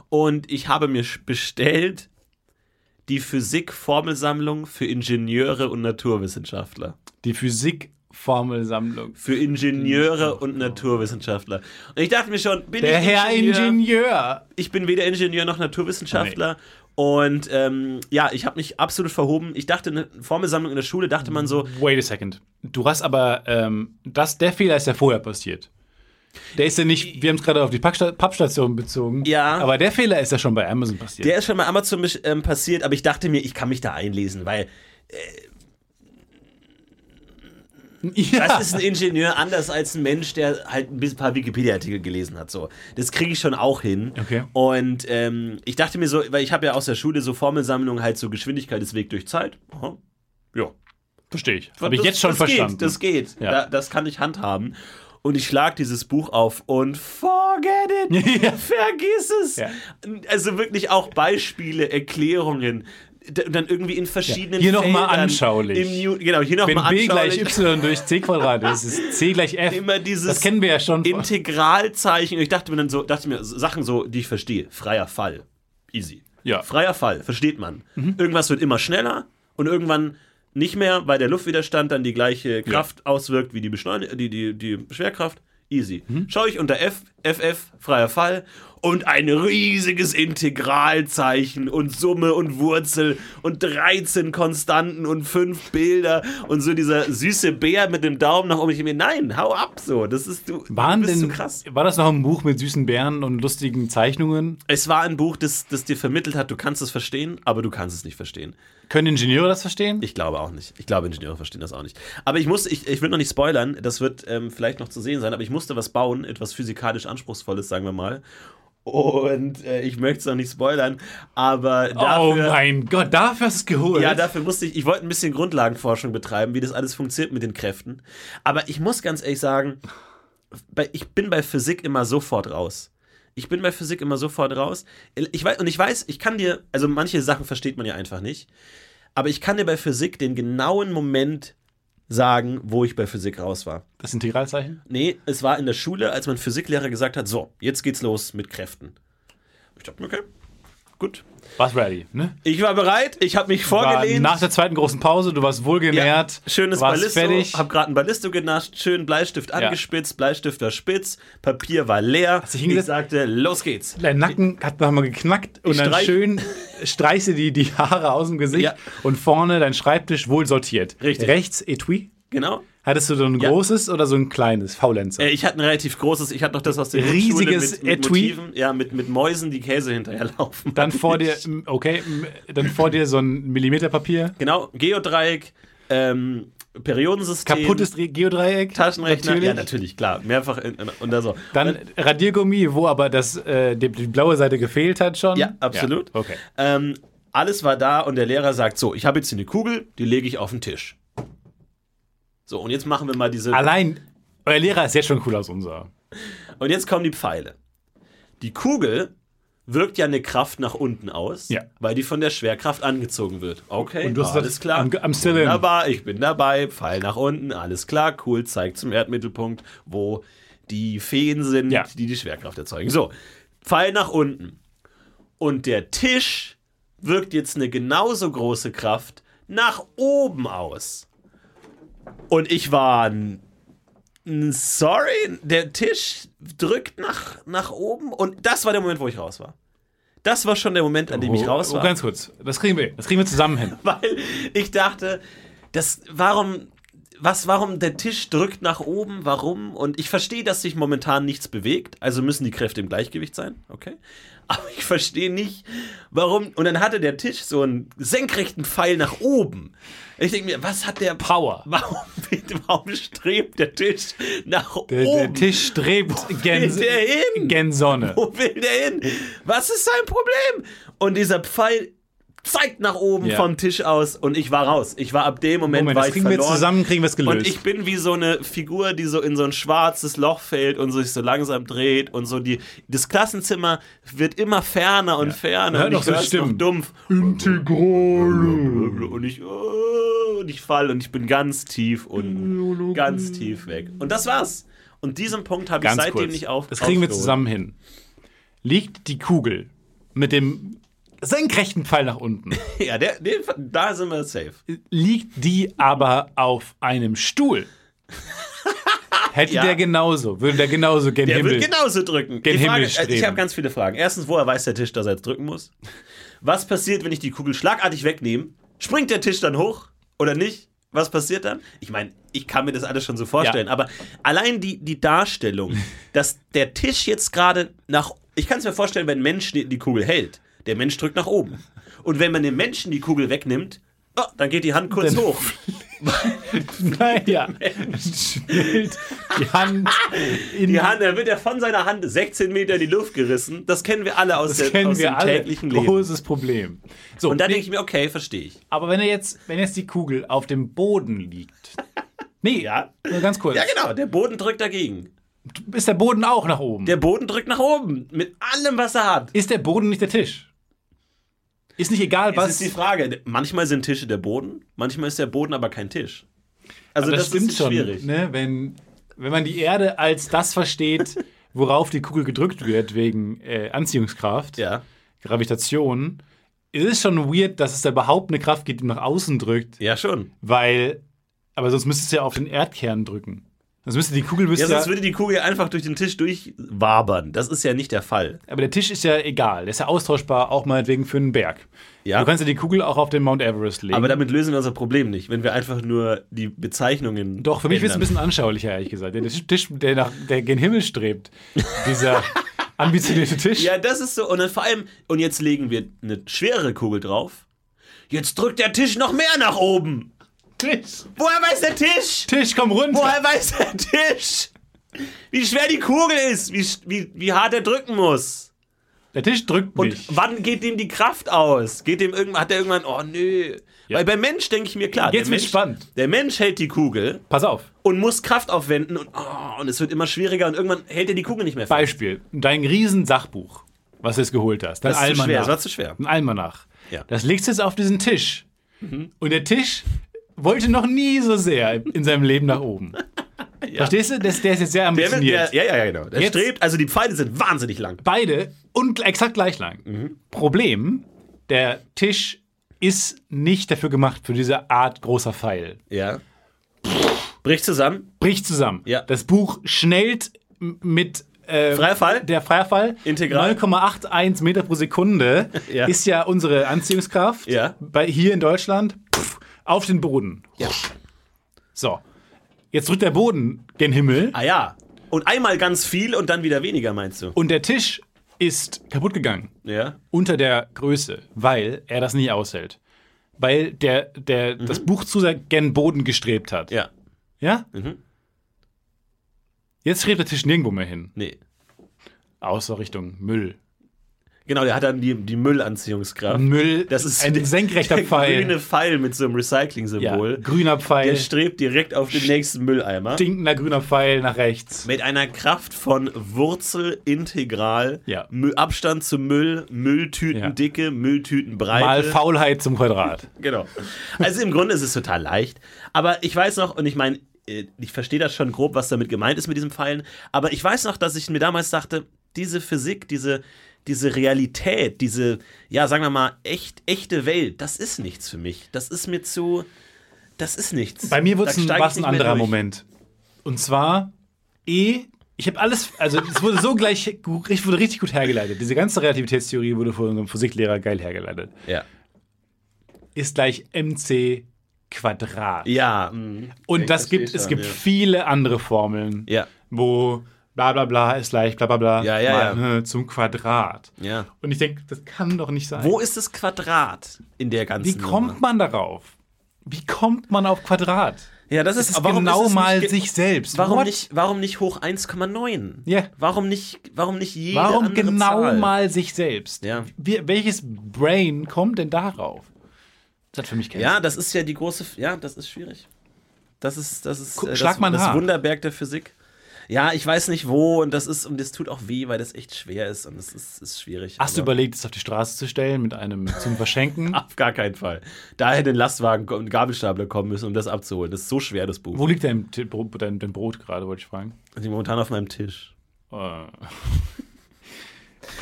[SPEAKER 4] Und ich habe mir sch- bestellt die Physik-Formelsammlung für Ingenieure und Naturwissenschaftler.
[SPEAKER 3] Die Physikformelsammlung.
[SPEAKER 4] Für Ingenieure und Naturwissenschaftler. Und ich dachte mir schon, bin
[SPEAKER 3] Der
[SPEAKER 4] ich
[SPEAKER 3] Herr
[SPEAKER 4] Ingenieur?
[SPEAKER 3] Ingenieur.
[SPEAKER 4] Ich bin weder Ingenieur noch Naturwissenschaftler. Und ähm, ja, ich habe mich absolut verhoben. Ich dachte, eine Formelsammlung in der Schule, dachte man so,
[SPEAKER 3] Wait a second. Du hast aber, ähm, das, der Fehler ist ja vorher passiert. Der ist ja nicht, wir haben es gerade auf die Packsta- Pappstation bezogen.
[SPEAKER 4] Ja.
[SPEAKER 3] Aber der Fehler ist ja schon bei Amazon passiert.
[SPEAKER 4] Der ist schon bei Amazon misch- ähm, passiert, aber ich dachte mir, ich kann mich da einlesen, weil
[SPEAKER 3] ja.
[SPEAKER 4] das ist ein Ingenieur anders als ein Mensch, der halt ein bisschen- paar Wikipedia-Artikel gelesen hat. So, das kriege ich schon auch hin.
[SPEAKER 3] Okay.
[SPEAKER 4] Und ähm, ich dachte mir so, weil ich habe ja aus der Schule so Formelsammlungen halt so Geschwindigkeit ist Weg durch Zeit. Aha. Ja,
[SPEAKER 3] Verstehe ich. Habe ich
[SPEAKER 4] Das-
[SPEAKER 3] jetzt schon
[SPEAKER 4] das
[SPEAKER 3] verstanden.
[SPEAKER 4] Geht, das geht.
[SPEAKER 3] Ja.
[SPEAKER 4] Da, das kann ich handhaben. Und ich schlag dieses Buch auf und forget it.
[SPEAKER 3] Ja.
[SPEAKER 4] Vergiss es.
[SPEAKER 3] Ja.
[SPEAKER 4] Also wirklich auch Beispiele, Erklärungen. D- und Dann irgendwie in verschiedenen
[SPEAKER 3] Hier noch mal
[SPEAKER 4] Feldern
[SPEAKER 3] anschaulich.
[SPEAKER 4] Im New genau, hier
[SPEAKER 3] Wenn
[SPEAKER 4] nochmal
[SPEAKER 3] B gleich
[SPEAKER 4] anschaulich.
[SPEAKER 3] Y durch C Quadrat ist, ist C gleich F.
[SPEAKER 4] Immer dieses
[SPEAKER 3] das kennen wir ja schon. von-
[SPEAKER 4] Integralzeichen. Und ich dachte mir dann so, dachte mir, so Sachen so, die ich verstehe. Freier Fall. Easy.
[SPEAKER 3] Ja.
[SPEAKER 4] Freier Fall, versteht man. Irgendwas wird immer schneller und irgendwann nicht mehr, weil der Luftwiderstand dann die gleiche Kraft auswirkt wie die, Beschleun die, die, die Schwerkraft. Easy. Schaue ich unter F, FF, freier Fall und ein riesiges Integralzeichen und Summe und Wurzel und 13 Konstanten und 5 Bilder und so dieser süße Bär mit dem Daumen nach oben. Ich mir, nein, hau ab so. Das ist du,
[SPEAKER 3] Waren
[SPEAKER 4] du bist
[SPEAKER 3] denn,
[SPEAKER 4] zu krass.
[SPEAKER 3] War das noch ein Buch mit süßen Bären und lustigen Zeichnungen?
[SPEAKER 4] Es war ein Buch, das, das dir vermittelt hat, du kannst es verstehen, aber du kannst es nicht verstehen.
[SPEAKER 3] Können Ingenieure das verstehen?
[SPEAKER 4] Ich glaube auch nicht. Ich glaube, Ingenieure verstehen das auch nicht. Aber ich musste, ich, ich will noch nicht spoilern, das wird ähm, vielleicht noch zu sehen sein, aber ich musste was bauen, etwas physikalisch Anspruchsvolles, sagen wir mal. Und äh, ich möchte es noch nicht spoilern, aber dafür.
[SPEAKER 3] oh mein Gott, dafür hast du es geholt.
[SPEAKER 4] Ja, dafür musste ich, ich wollte ein bisschen Grundlagenforschung betreiben, wie das alles funktioniert mit den Kräften. Aber ich muss ganz ehrlich sagen, bei, ich bin bei Physik immer sofort raus. Ich bin bei Physik immer sofort raus. Ich weiß, und ich weiß, ich kann dir, also manche Sachen versteht man ja einfach nicht, aber ich kann dir bei Physik den genauen Moment sagen, wo ich bei Physik raus war.
[SPEAKER 3] Das Integralzeichen?
[SPEAKER 4] Nee, es war in der Schule, als mein Physiklehrer gesagt hat, so, jetzt geht's los mit Kräften. Ich dachte, mir, okay, gut.
[SPEAKER 3] Warst ready, ne?
[SPEAKER 4] Ich war bereit, ich habe mich
[SPEAKER 3] War
[SPEAKER 4] vorgelehnt.
[SPEAKER 3] nach der zweiten großen Pause, du warst wohlgenährt.
[SPEAKER 4] Ja, schönes
[SPEAKER 3] warst
[SPEAKER 4] Ballisto,
[SPEAKER 3] fertig.
[SPEAKER 4] hab gerade ein Ballisto genascht, schön Bleistift angespitzt, Bleistift war spitz, Papier war leer.
[SPEAKER 3] dich
[SPEAKER 4] ich
[SPEAKER 3] hingesetzt?
[SPEAKER 4] sagte, los geht's.
[SPEAKER 3] Dein Nacken hat nochmal geknackt und dann
[SPEAKER 4] streich-
[SPEAKER 3] schön streichst du die, die Haare aus dem Gesicht
[SPEAKER 4] Ja.
[SPEAKER 3] und vorne dein Schreibtisch wohl sortiert.
[SPEAKER 4] Richtig.
[SPEAKER 3] Rechts Etui.
[SPEAKER 4] Genau.
[SPEAKER 3] Hattest du so ein
[SPEAKER 4] Ja.
[SPEAKER 3] großes oder so ein kleines Faulenzer?
[SPEAKER 4] Äh, Ich hatte ein relativ großes, ich hatte noch das aus der Grundschule
[SPEAKER 3] Riesiges
[SPEAKER 4] mit, mit
[SPEAKER 3] Etui.
[SPEAKER 4] Motiven, ja, mit, mit Mäusen, die Käse hinterherlaufen.
[SPEAKER 3] Dann vor dir, m, okay, m, dann vor dir so ein Millimeterpapier,
[SPEAKER 4] Genau, Geodreieck, ähm, Periodensystem.
[SPEAKER 3] kaputtes Dre- Geodreieck,
[SPEAKER 4] Taschenrechner.
[SPEAKER 3] natürlich.
[SPEAKER 4] Ja, natürlich, klar. Mehrfach in, in, unter so.
[SPEAKER 3] Dann Radiergummi, wo aber das, äh, die, die blaue Seite gefehlt hat schon.
[SPEAKER 4] Ja, absolut.
[SPEAKER 3] Ja, okay.
[SPEAKER 4] Ähm, alles war da und der Lehrer sagt so, ich habe jetzt hier eine Kugel, die lege ich auf den Tisch. So, und jetzt machen wir mal diese.
[SPEAKER 3] Allein, euer Lehrer ist jetzt schon cooler als unser.
[SPEAKER 4] Und jetzt kommen die Pfeile. Die Kugel wirkt ja eine Kraft nach unten aus,
[SPEAKER 3] Ja.
[SPEAKER 4] weil die von der Schwerkraft angezogen wird. Okay,
[SPEAKER 3] Und du hast gesagt,
[SPEAKER 4] alles klar.
[SPEAKER 3] I'm- I'm still in.
[SPEAKER 4] Wunderbar, ich bin dabei, Pfeil nach unten, alles klar, cool, zeigt zum Erdmittelpunkt, wo die Feen sind,
[SPEAKER 3] Ja.
[SPEAKER 4] die die Schwerkraft erzeugen. So, Pfeil nach unten. Und der Tisch wirkt jetzt eine genauso große Kraft nach oben aus. Und ich war ein Sorry, der Tisch drückt nach, nach oben und das war der Moment, wo ich raus war. Das war schon der Moment, an dem ich raus
[SPEAKER 3] Oh,
[SPEAKER 4] war.
[SPEAKER 3] ganz kurz, das kriegen wir, das kriegen wir zusammen hin.
[SPEAKER 4] Weil ich dachte, das, warum, was, warum der Tisch drückt nach oben, warum? Und ich verstehe, dass sich momentan nichts bewegt, also müssen die Kräfte im Gleichgewicht sein, okay? Aber ich verstehe nicht, warum. Und dann hatte der Tisch so einen senkrechten Pfeil nach oben. Ich denke mir, was hat der
[SPEAKER 3] Power.
[SPEAKER 4] Warum, warum strebt der Tisch nach
[SPEAKER 3] Der,
[SPEAKER 4] oben?
[SPEAKER 3] der Tisch strebt gen,
[SPEAKER 4] will der hin?
[SPEAKER 3] gen Sonne. Oh,
[SPEAKER 4] Wo will der hin? Was ist sein Problem? Und dieser Pfeil zeigt nach oben
[SPEAKER 3] Ja.
[SPEAKER 4] vom Tisch aus und ich war raus. Ich war ab dem Moment,
[SPEAKER 3] Moment,
[SPEAKER 4] war
[SPEAKER 3] das
[SPEAKER 4] ich
[SPEAKER 3] kriegen wir
[SPEAKER 4] verloren.
[SPEAKER 3] jetzt zusammen, kriegen wir es
[SPEAKER 4] und
[SPEAKER 3] gelöst.
[SPEAKER 4] ich bin wie so eine Figur, die so in so ein schwarzes Loch fällt und sich so langsam dreht und so die das Klassenzimmer wird immer ferner und ferner
[SPEAKER 3] Hört
[SPEAKER 4] und
[SPEAKER 3] noch
[SPEAKER 4] ich
[SPEAKER 3] so
[SPEAKER 4] hör's noch
[SPEAKER 3] Stimmen.
[SPEAKER 4] dumpf
[SPEAKER 3] Integral.
[SPEAKER 4] und ich oh, und ich fall und ich bin ganz tief unten, ganz tief weg. Und das war's. Und diesen Punkt habe ich
[SPEAKER 3] Ganz
[SPEAKER 4] seitdem
[SPEAKER 3] kurz.
[SPEAKER 4] nicht auf.
[SPEAKER 3] Das kriegen wir
[SPEAKER 4] aufgeholt.
[SPEAKER 3] zusammen hin. Liegt die Kugel mit dem senkrechten Pfeil nach unten,
[SPEAKER 4] Ja, der, der, da sind wir safe.
[SPEAKER 3] liegt die aber auf einem Stuhl. Hätte
[SPEAKER 4] Ja.
[SPEAKER 3] der genauso, würde der genauso gen
[SPEAKER 4] Der
[SPEAKER 3] Himmel.
[SPEAKER 4] wird genauso drücken.
[SPEAKER 3] Den
[SPEAKER 4] die Frage, also
[SPEAKER 3] Himmel streben.
[SPEAKER 4] ich habe ganz viele Fragen. Erstens, woher weiß der Tisch, dass er jetzt drücken muss? Was passiert, wenn ich die Kugel schlagartig wegnehme? Springt der Tisch dann hoch oder nicht? Was passiert dann? Ich meine, ich kann mir das alles schon so vorstellen,
[SPEAKER 3] Ja.
[SPEAKER 4] aber allein die, die Darstellung, dass der Tisch jetzt gerade nach. Ich kann es mir vorstellen, wenn ein Mensch die die Kugel hält, der Mensch drückt nach oben. Und wenn man dem Menschen die Kugel wegnimmt, oh, dann geht die Hand kurz
[SPEAKER 3] Dann-
[SPEAKER 4] hoch.
[SPEAKER 3] naja, schwillt die Hand in
[SPEAKER 4] Die Hand, er wird ja von seiner Hand 16 Meter in die Luft gerissen. Das kennen wir alle aus,
[SPEAKER 3] Das
[SPEAKER 4] der,
[SPEAKER 3] kennen
[SPEAKER 4] aus
[SPEAKER 3] wir
[SPEAKER 4] dem
[SPEAKER 3] alle.
[SPEAKER 4] täglichen Leben.
[SPEAKER 3] Großes Problem. So,
[SPEAKER 4] Und dann
[SPEAKER 3] nee,
[SPEAKER 4] denke ich mir, okay, verstehe ich.
[SPEAKER 3] aber wenn er jetzt, wenn jetzt die Kugel auf dem Boden liegt. Nee,
[SPEAKER 4] Ja.
[SPEAKER 3] nur ganz kurz.
[SPEAKER 4] Ja, genau, der Boden drückt dagegen.
[SPEAKER 3] Ist der Boden auch nach oben?
[SPEAKER 4] Der Boden drückt nach oben, mit allem, was er hat.
[SPEAKER 3] ist der Boden nicht der Tisch? Ist nicht egal,
[SPEAKER 4] Was
[SPEAKER 3] was.
[SPEAKER 4] ist die Frage? Manchmal sind Tische der Boden, manchmal ist der Boden aber kein Tisch. Also
[SPEAKER 3] Aber
[SPEAKER 4] das,
[SPEAKER 3] stimmt
[SPEAKER 4] ist
[SPEAKER 3] schon.
[SPEAKER 4] schwierig.
[SPEAKER 3] Ne? Wenn, wenn man die Erde als das versteht, worauf die Kugel gedrückt wird, wegen äh, Anziehungskraft,
[SPEAKER 4] Ja.
[SPEAKER 3] Gravitation, ist es schon weird, dass es da überhaupt eine Kraft gibt, die nach außen drückt,
[SPEAKER 4] ja, schon.
[SPEAKER 3] weil. Aber sonst müsste es ja auf den Erdkern drücken. Sonst müsste die Kugel. Müsste
[SPEAKER 4] Ja,
[SPEAKER 3] ja,
[SPEAKER 4] sonst würde die Kugel einfach durch den Tisch durchwabern. Das ist ja nicht der Fall.
[SPEAKER 3] Aber der Tisch ist ja egal. Der ist ja austauschbar, auch meinetwegen für einen Berg.
[SPEAKER 4] Ja.
[SPEAKER 3] Du kannst ja die Kugel auch auf den Mount Everest legen.
[SPEAKER 4] Aber damit lösen wir unser Problem nicht, wenn wir einfach nur die Bezeichnungen.
[SPEAKER 3] Doch, für mich wird es
[SPEAKER 4] ändern.
[SPEAKER 3] ein bisschen anschaulicher, ehrlich gesagt. Der Tisch, der, nach, der gen Himmel strebt, dieser ambitionierte Tisch.
[SPEAKER 4] Ja, das ist so. Und dann vor allem, und jetzt legen wir eine schwerere Kugel drauf. Jetzt drückt der Tisch noch mehr nach oben.
[SPEAKER 3] Tisch,
[SPEAKER 4] Woher weiß der Tisch?
[SPEAKER 3] Tisch, komm runter.
[SPEAKER 4] Woher weiß der Tisch? Wie schwer die Kugel ist, wie, sch- wie, wie hart er drücken muss.
[SPEAKER 3] Der Tisch drückt
[SPEAKER 4] Und
[SPEAKER 3] mich.
[SPEAKER 4] wann geht dem die Kraft aus? Geht dem irgendwann, hat er irgendwann, oh nö. Weil beim Mensch denke ich mir, klar,
[SPEAKER 3] Jetzt
[SPEAKER 4] der,
[SPEAKER 3] wird's
[SPEAKER 4] Mensch,
[SPEAKER 3] spannend.
[SPEAKER 4] der Mensch hält die Kugel
[SPEAKER 3] Pass auf.
[SPEAKER 4] und muss Kraft aufwenden und, oh, und es wird immer schwieriger und irgendwann hält er die Kugel nicht mehr fest.
[SPEAKER 3] Beispiel. Dein riesen Sachbuch, was du jetzt geholt hast. Dein
[SPEAKER 4] Das ist zu schwer,
[SPEAKER 3] Almanach.
[SPEAKER 4] das war zu schwer.
[SPEAKER 3] Ein Almanach.
[SPEAKER 4] Ja. Mhm.
[SPEAKER 3] Das legst du jetzt auf diesen Tisch. Und der Tisch wollte noch nie so sehr in seinem Leben nach oben. Verstehst du? Der, der ist jetzt sehr
[SPEAKER 4] Der, will-
[SPEAKER 3] ambitioniert.
[SPEAKER 4] der, ja, ja, ja, genau. Der
[SPEAKER 3] Jetzt-
[SPEAKER 4] strebt, also die Pfeile sind wahnsinnig lang.
[SPEAKER 3] Beide und exakt gleich lang.
[SPEAKER 4] Mhm.
[SPEAKER 3] Problem, der Tisch ist nicht dafür gemacht, für diese Art großer Pfeil.
[SPEAKER 4] Ja. Bricht zusammen.
[SPEAKER 3] bricht zusammen.
[SPEAKER 4] Ja.
[SPEAKER 3] Das Buch schnellt m- mit äh,
[SPEAKER 4] Freier Fall?
[SPEAKER 3] Der Freierfall.
[SPEAKER 4] Integral.
[SPEAKER 3] 9,81 Meter pro Sekunde
[SPEAKER 4] Ja.
[SPEAKER 3] ist ja unsere Anziehungskraft
[SPEAKER 4] Ja.
[SPEAKER 3] bei, hier in Deutschland pff, auf den Boden. So. Jetzt drückt der Boden gen Himmel
[SPEAKER 4] Ah ja. Und einmal ganz viel und dann wieder weniger, meinst du?
[SPEAKER 3] und der Tisch ist kaputt gegangen.
[SPEAKER 4] Ja.
[SPEAKER 3] Unter der Größe, weil er das nicht aushält. Weil der, der das Buch zu sehr gen Boden gestrebt hat.
[SPEAKER 4] Mhm. Ja. Mhm.
[SPEAKER 3] Ja? Jetzt strebt der Tisch nirgendwo mehr hin.
[SPEAKER 4] Nee.
[SPEAKER 3] Außer Richtung Müll.
[SPEAKER 4] Genau, der hat dann die, die Müllanziehungskraft.
[SPEAKER 3] Müll,
[SPEAKER 4] Das ist
[SPEAKER 3] ein
[SPEAKER 4] der-
[SPEAKER 3] senkrechter
[SPEAKER 4] der
[SPEAKER 3] Pfeil.
[SPEAKER 4] grüne Pfeil mit so einem
[SPEAKER 3] Ja,
[SPEAKER 4] Recycling-Symbol.
[SPEAKER 3] grüner
[SPEAKER 4] Der
[SPEAKER 3] Pfeil,
[SPEAKER 4] strebt direkt auf den nächsten Mülleimer.
[SPEAKER 3] stinkender grüner Pfeil nach rechts.
[SPEAKER 4] Mit einer Kraft von Wurzel, Integral,
[SPEAKER 3] Ja.
[SPEAKER 4] Mü- Abstand zum Müll, Mülltütendicke, Mülltütenbreite.
[SPEAKER 3] Mal Faulheit zum Quadrat.
[SPEAKER 4] Genau. Also im Grunde ist es total leicht. Aber ich weiß noch, und ich meine, äh, ich verstehe das schon grob, was damit gemeint ist mit diesem Pfeilen. Aber ich weiß noch, dass ich mir damals dachte, diese Physik, diese, diese Realität, diese, ja, sagen wir mal, echt, echte Welt, das ist nichts für mich. Das ist mir zu. Das ist nichts.
[SPEAKER 3] Bei mir wurde es
[SPEAKER 4] Da
[SPEAKER 3] ein,
[SPEAKER 4] steig ich
[SPEAKER 3] war's ein
[SPEAKER 4] nicht mehr
[SPEAKER 3] anderer
[SPEAKER 4] durch.
[SPEAKER 3] Moment. Und zwar eh, ich habe alles, also es wurde so gleich, gut- ich wurde richtig gut hergeleitet. Diese ganze Relativitätstheorie wurde von unserem Physiklehrer geil hergeleitet.
[SPEAKER 4] Ja.
[SPEAKER 3] Ist gleich mc Quadrat.
[SPEAKER 4] Ja. mhm.
[SPEAKER 3] Und das
[SPEAKER 4] verstehe
[SPEAKER 3] gibt, es
[SPEAKER 4] schon,
[SPEAKER 3] gibt
[SPEAKER 4] ja.
[SPEAKER 3] viele andere Formeln,
[SPEAKER 4] Ja.
[SPEAKER 3] wo bla bla bla ist gleich bla bla bla
[SPEAKER 4] Ja, ja,
[SPEAKER 3] mal, äh, zum Quadrat.
[SPEAKER 4] Ja.
[SPEAKER 3] Und ich denke, das kann doch nicht sein.
[SPEAKER 4] Wo ist das Quadrat in der ganzen
[SPEAKER 3] Wie kommt
[SPEAKER 4] Nummer?
[SPEAKER 3] man darauf? Wie kommt man auf Quadrat?
[SPEAKER 4] Ja, das
[SPEAKER 3] Das
[SPEAKER 4] ist,
[SPEAKER 3] ist
[SPEAKER 4] warum
[SPEAKER 3] genau
[SPEAKER 4] ist es nicht
[SPEAKER 3] mal
[SPEAKER 4] ge-
[SPEAKER 3] sich selbst.
[SPEAKER 4] Warum
[SPEAKER 3] What?
[SPEAKER 4] nicht, warum nicht hoch 1,9?
[SPEAKER 3] Ja.
[SPEAKER 4] Warum nicht, warum nicht jede
[SPEAKER 3] Warum
[SPEAKER 4] andere
[SPEAKER 3] genau
[SPEAKER 4] Zahl?
[SPEAKER 3] mal sich selbst?
[SPEAKER 4] Ja.
[SPEAKER 3] Wie, welches Brain kommt denn darauf? Das hat für mich keinen
[SPEAKER 4] Ja,
[SPEAKER 3] Sinn.
[SPEAKER 4] das ist ja die große, F- ja, das ist schwierig. Das ist, das ist
[SPEAKER 3] Guck,
[SPEAKER 4] äh,
[SPEAKER 3] schlag
[SPEAKER 4] das,
[SPEAKER 3] mal ein
[SPEAKER 4] das
[SPEAKER 3] Haar.
[SPEAKER 4] Wunderberg der Physik. Ja, ich weiß nicht wo und das ist, und das tut auch weh, weil das echt schwer ist und das ist, ist schwierig.
[SPEAKER 3] Hast du
[SPEAKER 4] aber
[SPEAKER 3] überlegt, es auf die Straße zu stellen mit einem zum Verschenken? Ah.
[SPEAKER 4] auf gar keinen Fall. Da hätte ein Lastwagen und ein Gabelstapler kommen müssen, um das abzuholen. Das ist so schwer, das Buch.
[SPEAKER 3] Wo liegt dein, Ti- Bro- dein, dein Brot gerade, wollte ich fragen.
[SPEAKER 4] Das liegt momentan auf meinem Tisch.
[SPEAKER 3] Äh.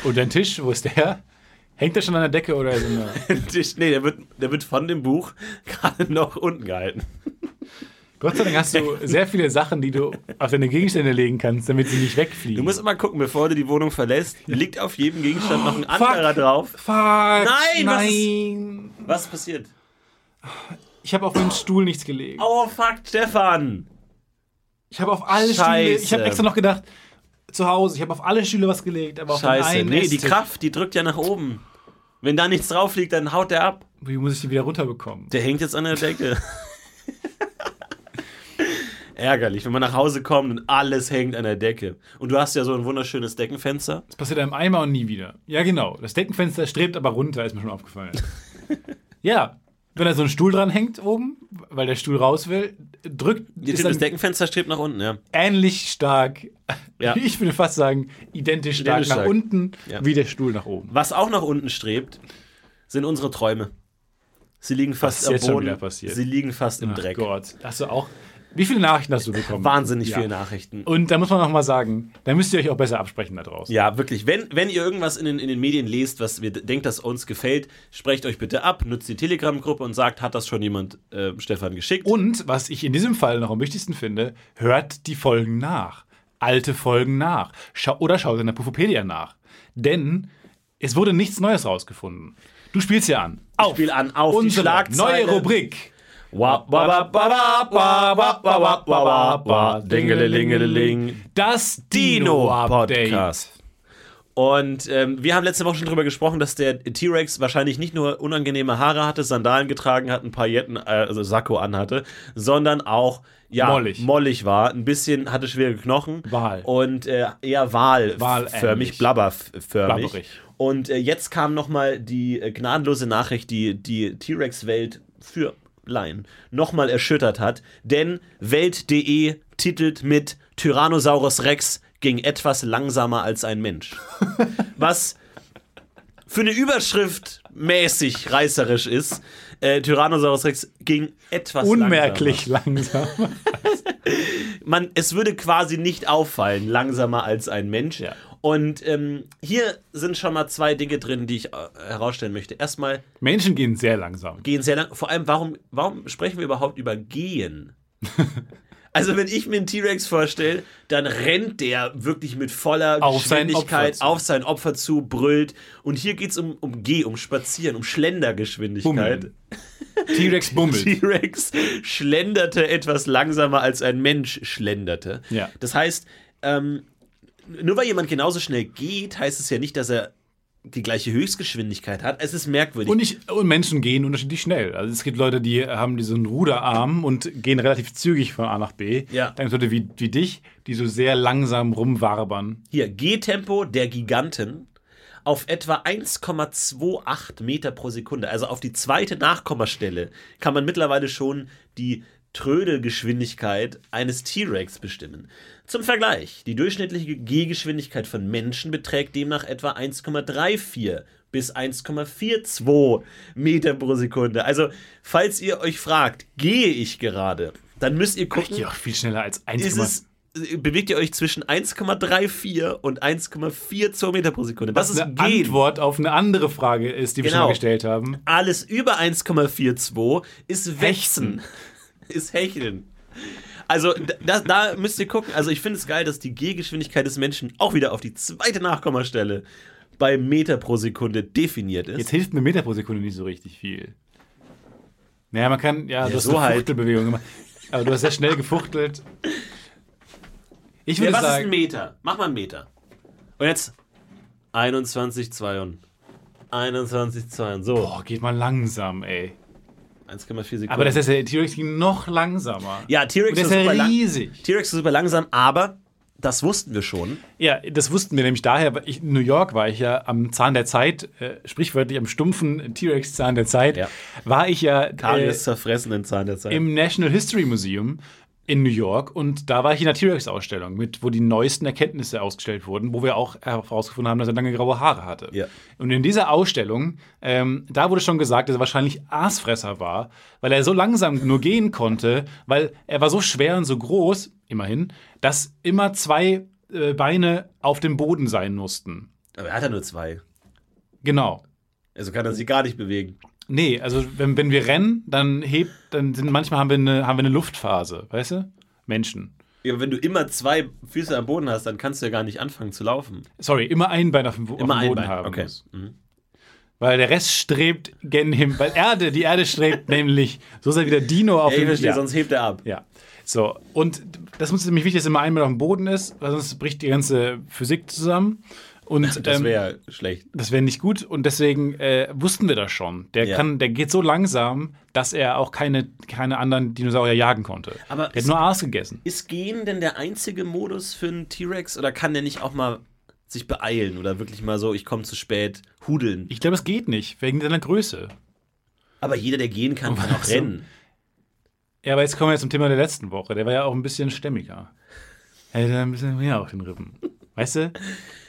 [SPEAKER 3] Und dein Tisch, wo ist der? Hängt der schon an der Decke oder ist er
[SPEAKER 4] Tisch nee, der wird, der wird von dem Buch gerade noch unten gehalten.
[SPEAKER 3] Gott sei Dank hast du sehr viele Sachen, die du auf deine Gegenstände legen kannst, damit sie nicht wegfliegen.
[SPEAKER 4] Du musst immer gucken, bevor du die Wohnung verlässt, liegt auf jedem Gegenstand noch ein anderer drauf.
[SPEAKER 3] Fuck! Nein!
[SPEAKER 4] was
[SPEAKER 3] nein.
[SPEAKER 4] Was passiert?
[SPEAKER 3] Ich habe auf meinen Stuhl nichts gelegt.
[SPEAKER 4] Oh fuck, Stefan!
[SPEAKER 3] Ich habe auf alle Stühle.
[SPEAKER 4] Scheiße.
[SPEAKER 3] Ich habe extra noch gedacht, zu Hause, ich habe auf alle Stühle was gelegt, aber auf den
[SPEAKER 4] Scheiße.
[SPEAKER 3] einen
[SPEAKER 4] Nee, die
[SPEAKER 3] Esstisch.
[SPEAKER 4] Kraft, die drückt ja nach oben. Wenn da nichts drauf liegt, dann haut der ab.
[SPEAKER 3] Wie muss ich die wieder runterbekommen?
[SPEAKER 4] Der hängt jetzt an der Decke. Ärgerlich, wenn man nach Hause kommt und alles hängt an der Decke. Und du hast ja so ein wunderschönes Deckenfenster.
[SPEAKER 3] Das passiert einem einmal und nie wieder. Ja, genau. Das Deckenfenster strebt aber runter, ist mir schon aufgefallen. ja. Wenn da so ein Stuhl dran hängt oben, weil der Stuhl raus will, drückt
[SPEAKER 4] Das,
[SPEAKER 3] ist dann
[SPEAKER 4] Deckenfenster strebt nach unten, ja.
[SPEAKER 3] ähnlich stark,
[SPEAKER 4] Ja.
[SPEAKER 3] ich würde fast sagen, identisch stark
[SPEAKER 4] Identisch
[SPEAKER 3] nach
[SPEAKER 4] stark.
[SPEAKER 3] unten
[SPEAKER 4] Ja.
[SPEAKER 3] wie der Stuhl nach oben.
[SPEAKER 4] Was auch nach unten strebt, sind unsere Träume. Sie liegen fast
[SPEAKER 3] ist
[SPEAKER 4] am
[SPEAKER 3] jetzt schon
[SPEAKER 4] Boden.
[SPEAKER 3] wieder passiert?
[SPEAKER 4] Sie liegen fast im
[SPEAKER 3] Ach
[SPEAKER 4] Dreck.
[SPEAKER 3] Gott, hast du auch. Wie viele Nachrichten hast du bekommen?
[SPEAKER 4] Wahnsinnig
[SPEAKER 3] Ja.
[SPEAKER 4] viele Nachrichten.
[SPEAKER 3] Und da muss man nochmal sagen, da müsst ihr euch auch besser absprechen da draußen.
[SPEAKER 4] Ja, wirklich. Wenn, wenn ihr irgendwas in den, in den Medien lest, was wir denkt, das uns gefällt, sprecht euch bitte ab, nutzt die Telegram-Gruppe und sagt, hat das schon jemand äh, Stefan geschickt?
[SPEAKER 3] Und was ich in diesem Fall noch am wichtigsten finde, hört die Folgen nach. Alte Folgen nach. Schau oder schaut in der Pufopedia nach. Denn es wurde nichts Neues rausgefunden. Du spielst ja an. Auf.
[SPEAKER 4] spiel an, auf die
[SPEAKER 3] Unsere
[SPEAKER 4] Schlagzeile.
[SPEAKER 3] neue Rubrik.
[SPEAKER 4] Wa- ba- ba- ba- ba- ba- ba- ba- ba- ba- ba- ba- dingelingeling.
[SPEAKER 3] Das
[SPEAKER 4] Dino-Podcast.
[SPEAKER 3] Dino-Update.
[SPEAKER 4] Und ähm, wir haben letzte Woche schon drüber gesprochen, dass der T-Rex wahrscheinlich nicht nur unangenehme Haare hatte, Sandalen getragen hat, einen Pailletten, äh, also Sakko anhatte, sondern auch ja,
[SPEAKER 3] Mollig.
[SPEAKER 4] mollig war, ein bisschen hatte schwere Knochen
[SPEAKER 3] Wal.
[SPEAKER 4] und äh, eher Wal
[SPEAKER 3] Walähnlich.
[SPEAKER 4] förmig, blabberförmig.
[SPEAKER 3] Blabberig.
[SPEAKER 4] Und äh, jetzt kam nochmal die äh, gnadenlose Nachricht, die die T-Rex-Welt für Laien nochmal erschüttert hat. Denn Welt.de titelt mit Tyrannosaurus Rex ging etwas langsamer als ein Mensch. Was für eine Überschrift mäßig reißerisch ist. Äh, Tyrannosaurus Rex ging etwas
[SPEAKER 3] Unmerklich langsam.
[SPEAKER 4] Langsamer. Man, es würde quasi nicht auffallen, langsamer als ein Mensch.
[SPEAKER 3] Ja.
[SPEAKER 4] Und ähm, hier sind schon mal zwei Dinge drin, die ich äh, herausstellen möchte. Erstmal
[SPEAKER 3] Menschen gehen sehr langsam.
[SPEAKER 4] gehen sehr lang. Vor allem, warum, warum sprechen wir überhaupt über gehen? Also, wenn ich mir einen T-Rex vorstelle, dann rennt der wirklich mit voller
[SPEAKER 3] Auf sein Opfer
[SPEAKER 4] Geschwindigkeit
[SPEAKER 3] zu.
[SPEAKER 4] auf sein Opfer zu, brüllt. Und hier geht es um, um Geh, um Spazieren, um Schlendergeschwindigkeit.
[SPEAKER 3] Bummeln. T-Rex bummelt.
[SPEAKER 4] T-Rex schlenderte etwas langsamer als ein Mensch schlenderte.
[SPEAKER 3] Ja.
[SPEAKER 4] Das heißt, ähm, nur weil jemand genauso schnell geht, heißt es ja nicht, dass er die gleiche Höchstgeschwindigkeit hat. Es ist merkwürdig.
[SPEAKER 3] Und, ich, und Menschen gehen unterschiedlich schnell. Also es gibt Leute, die haben diesen Ruderarm und gehen relativ zügig von A nach B.
[SPEAKER 4] Ja.
[SPEAKER 3] Dann gibt es Leute wie, wie dich, die so sehr langsam rumwabern.
[SPEAKER 4] Hier, Gehtempo der Giganten auf etwa 1,28 Meter pro Sekunde. Also auf die zweite Nachkommastelle kann man mittlerweile schon die Trödelgeschwindigkeit eines T-Rex bestimmen. Zum Vergleich, die durchschnittliche Gehgeschwindigkeit von Menschen beträgt demnach etwa 1,34 bis 1,42 Meter pro Sekunde. Also, falls ihr euch fragt, gehe ich gerade, dann müsst ihr gucken,
[SPEAKER 3] Ja, viel schneller als eins.
[SPEAKER 4] ist es, äh, bewegt ihr euch zwischen 1,34 und 1,42 Meter pro Sekunde. Das ist
[SPEAKER 3] eine
[SPEAKER 4] gehen.
[SPEAKER 3] Antwort auf eine andere Frage ist, die wir schon
[SPEAKER 4] Genau.
[SPEAKER 3] mal gestellt haben.
[SPEAKER 4] Alles über 1,42 ist Wächsen. ist Hecheln. Also da- da, da müsst ihr gucken. Also ich finde es geil, dass die Gehgeschwindigkeit des Menschen auch wieder auf die zweite Nachkommastelle bei Meter pro Sekunde definiert ist.
[SPEAKER 3] Jetzt hilft mir Meter pro Sekunde nicht so richtig viel. Naja, man kann, ja, du hast
[SPEAKER 4] so
[SPEAKER 3] eine
[SPEAKER 4] halt.
[SPEAKER 3] Fuchtelbewegung gemacht. Aber du hast sehr schnell gefuchtelt. Ich
[SPEAKER 4] ja,
[SPEAKER 3] würde
[SPEAKER 4] was ist ein
[SPEAKER 3] sagen,
[SPEAKER 4] Meter? Mach mal einen Meter. Und jetzt 21, 2 und 21, 2 und so.
[SPEAKER 3] boah, geht mal langsam, ey.
[SPEAKER 4] 1,4 Sekunden.
[SPEAKER 3] Aber das ist der T-Rex ging noch langsamer.
[SPEAKER 4] Ja, T-Rex
[SPEAKER 3] Und der
[SPEAKER 4] ist
[SPEAKER 3] ist ja
[SPEAKER 4] super lang-
[SPEAKER 3] riesig.
[SPEAKER 4] T-Rex ist super langsam, aber das wussten wir schon.
[SPEAKER 3] Ja, das wussten wir nämlich daher, weil ich, in New York war ich ja am Zahn der Zeit, äh, sprichwörtlich am stumpfen T-Rex-Zahn der Zeit,
[SPEAKER 4] Ja.
[SPEAKER 3] war ich ja äh,
[SPEAKER 4] Karies zerfressen in Zahn der Zeit.
[SPEAKER 3] im National History Museum in New York und da war ich in der T-Rex-Ausstellung, mit, wo die neuesten Erkenntnisse ausgestellt wurden, wo wir auch herausgefunden haben, dass er lange graue Haare hatte.
[SPEAKER 4] Ja.
[SPEAKER 3] Und in dieser Ausstellung, ähm, da wurde schon gesagt, dass er wahrscheinlich Aasfresser war, weil er so langsam nur gehen konnte, weil er war so schwer und so groß, immerhin, dass immer zwei äh, Beine auf dem Boden sein mussten.
[SPEAKER 4] aber er hat ja nur zwei.
[SPEAKER 3] Genau.
[SPEAKER 4] Also kann er sich gar nicht bewegen.
[SPEAKER 3] Nee, also wenn, wenn wir rennen, dann hebt, dann sind manchmal haben wir eine, haben wir eine Luftphase, weißt du? Menschen.
[SPEAKER 4] Ja, aber wenn du immer zwei Füße am Boden hast, dann kannst du ja gar nicht anfangen zu laufen.
[SPEAKER 3] Sorry, immer ein Bein auf dem, Bo-
[SPEAKER 4] Immer
[SPEAKER 3] auf dem
[SPEAKER 4] ein
[SPEAKER 3] Boden
[SPEAKER 4] Bein,
[SPEAKER 3] haben
[SPEAKER 4] okay. Mhm.
[SPEAKER 3] muss. Weil der Rest strebt gen Himmel. Weil Erde, die Erde strebt nämlich. So ist er wieder Dino auf
[SPEAKER 4] Ja, ich
[SPEAKER 3] dem
[SPEAKER 4] verstehe,
[SPEAKER 3] ja.
[SPEAKER 4] sonst hebt er ab.
[SPEAKER 3] ja. So, und das muss nämlich wichtig, dass immer ein Bein auf dem Boden ist, weil sonst bricht die ganze Physik zusammen. Und
[SPEAKER 4] Das
[SPEAKER 3] ähm,
[SPEAKER 4] wäre schlecht.
[SPEAKER 3] das wäre nicht gut und deswegen äh, wussten wir das schon. Der,
[SPEAKER 4] Ja.
[SPEAKER 3] kann, der geht so langsam, dass er auch keine, keine anderen Dinosaurier jagen konnte.
[SPEAKER 4] Aber
[SPEAKER 3] der hat nur Aas gegessen.
[SPEAKER 4] Ist Gehen denn der einzige Modus für einen T-Rex oder kann der nicht auch mal sich beeilen oder wirklich mal so, ich komme zu spät, hudeln?
[SPEAKER 3] Ich glaube, es geht nicht, wegen seiner Größe.
[SPEAKER 4] Aber jeder, der gehen kann, kann auch
[SPEAKER 3] so.
[SPEAKER 4] rennen.
[SPEAKER 3] Ja, aber jetzt kommen wir zum Thema der letzten Woche. Der war ja auch ein bisschen stämmiger. Er hatte ein bisschen mehr auf den Rippen. Weißt du?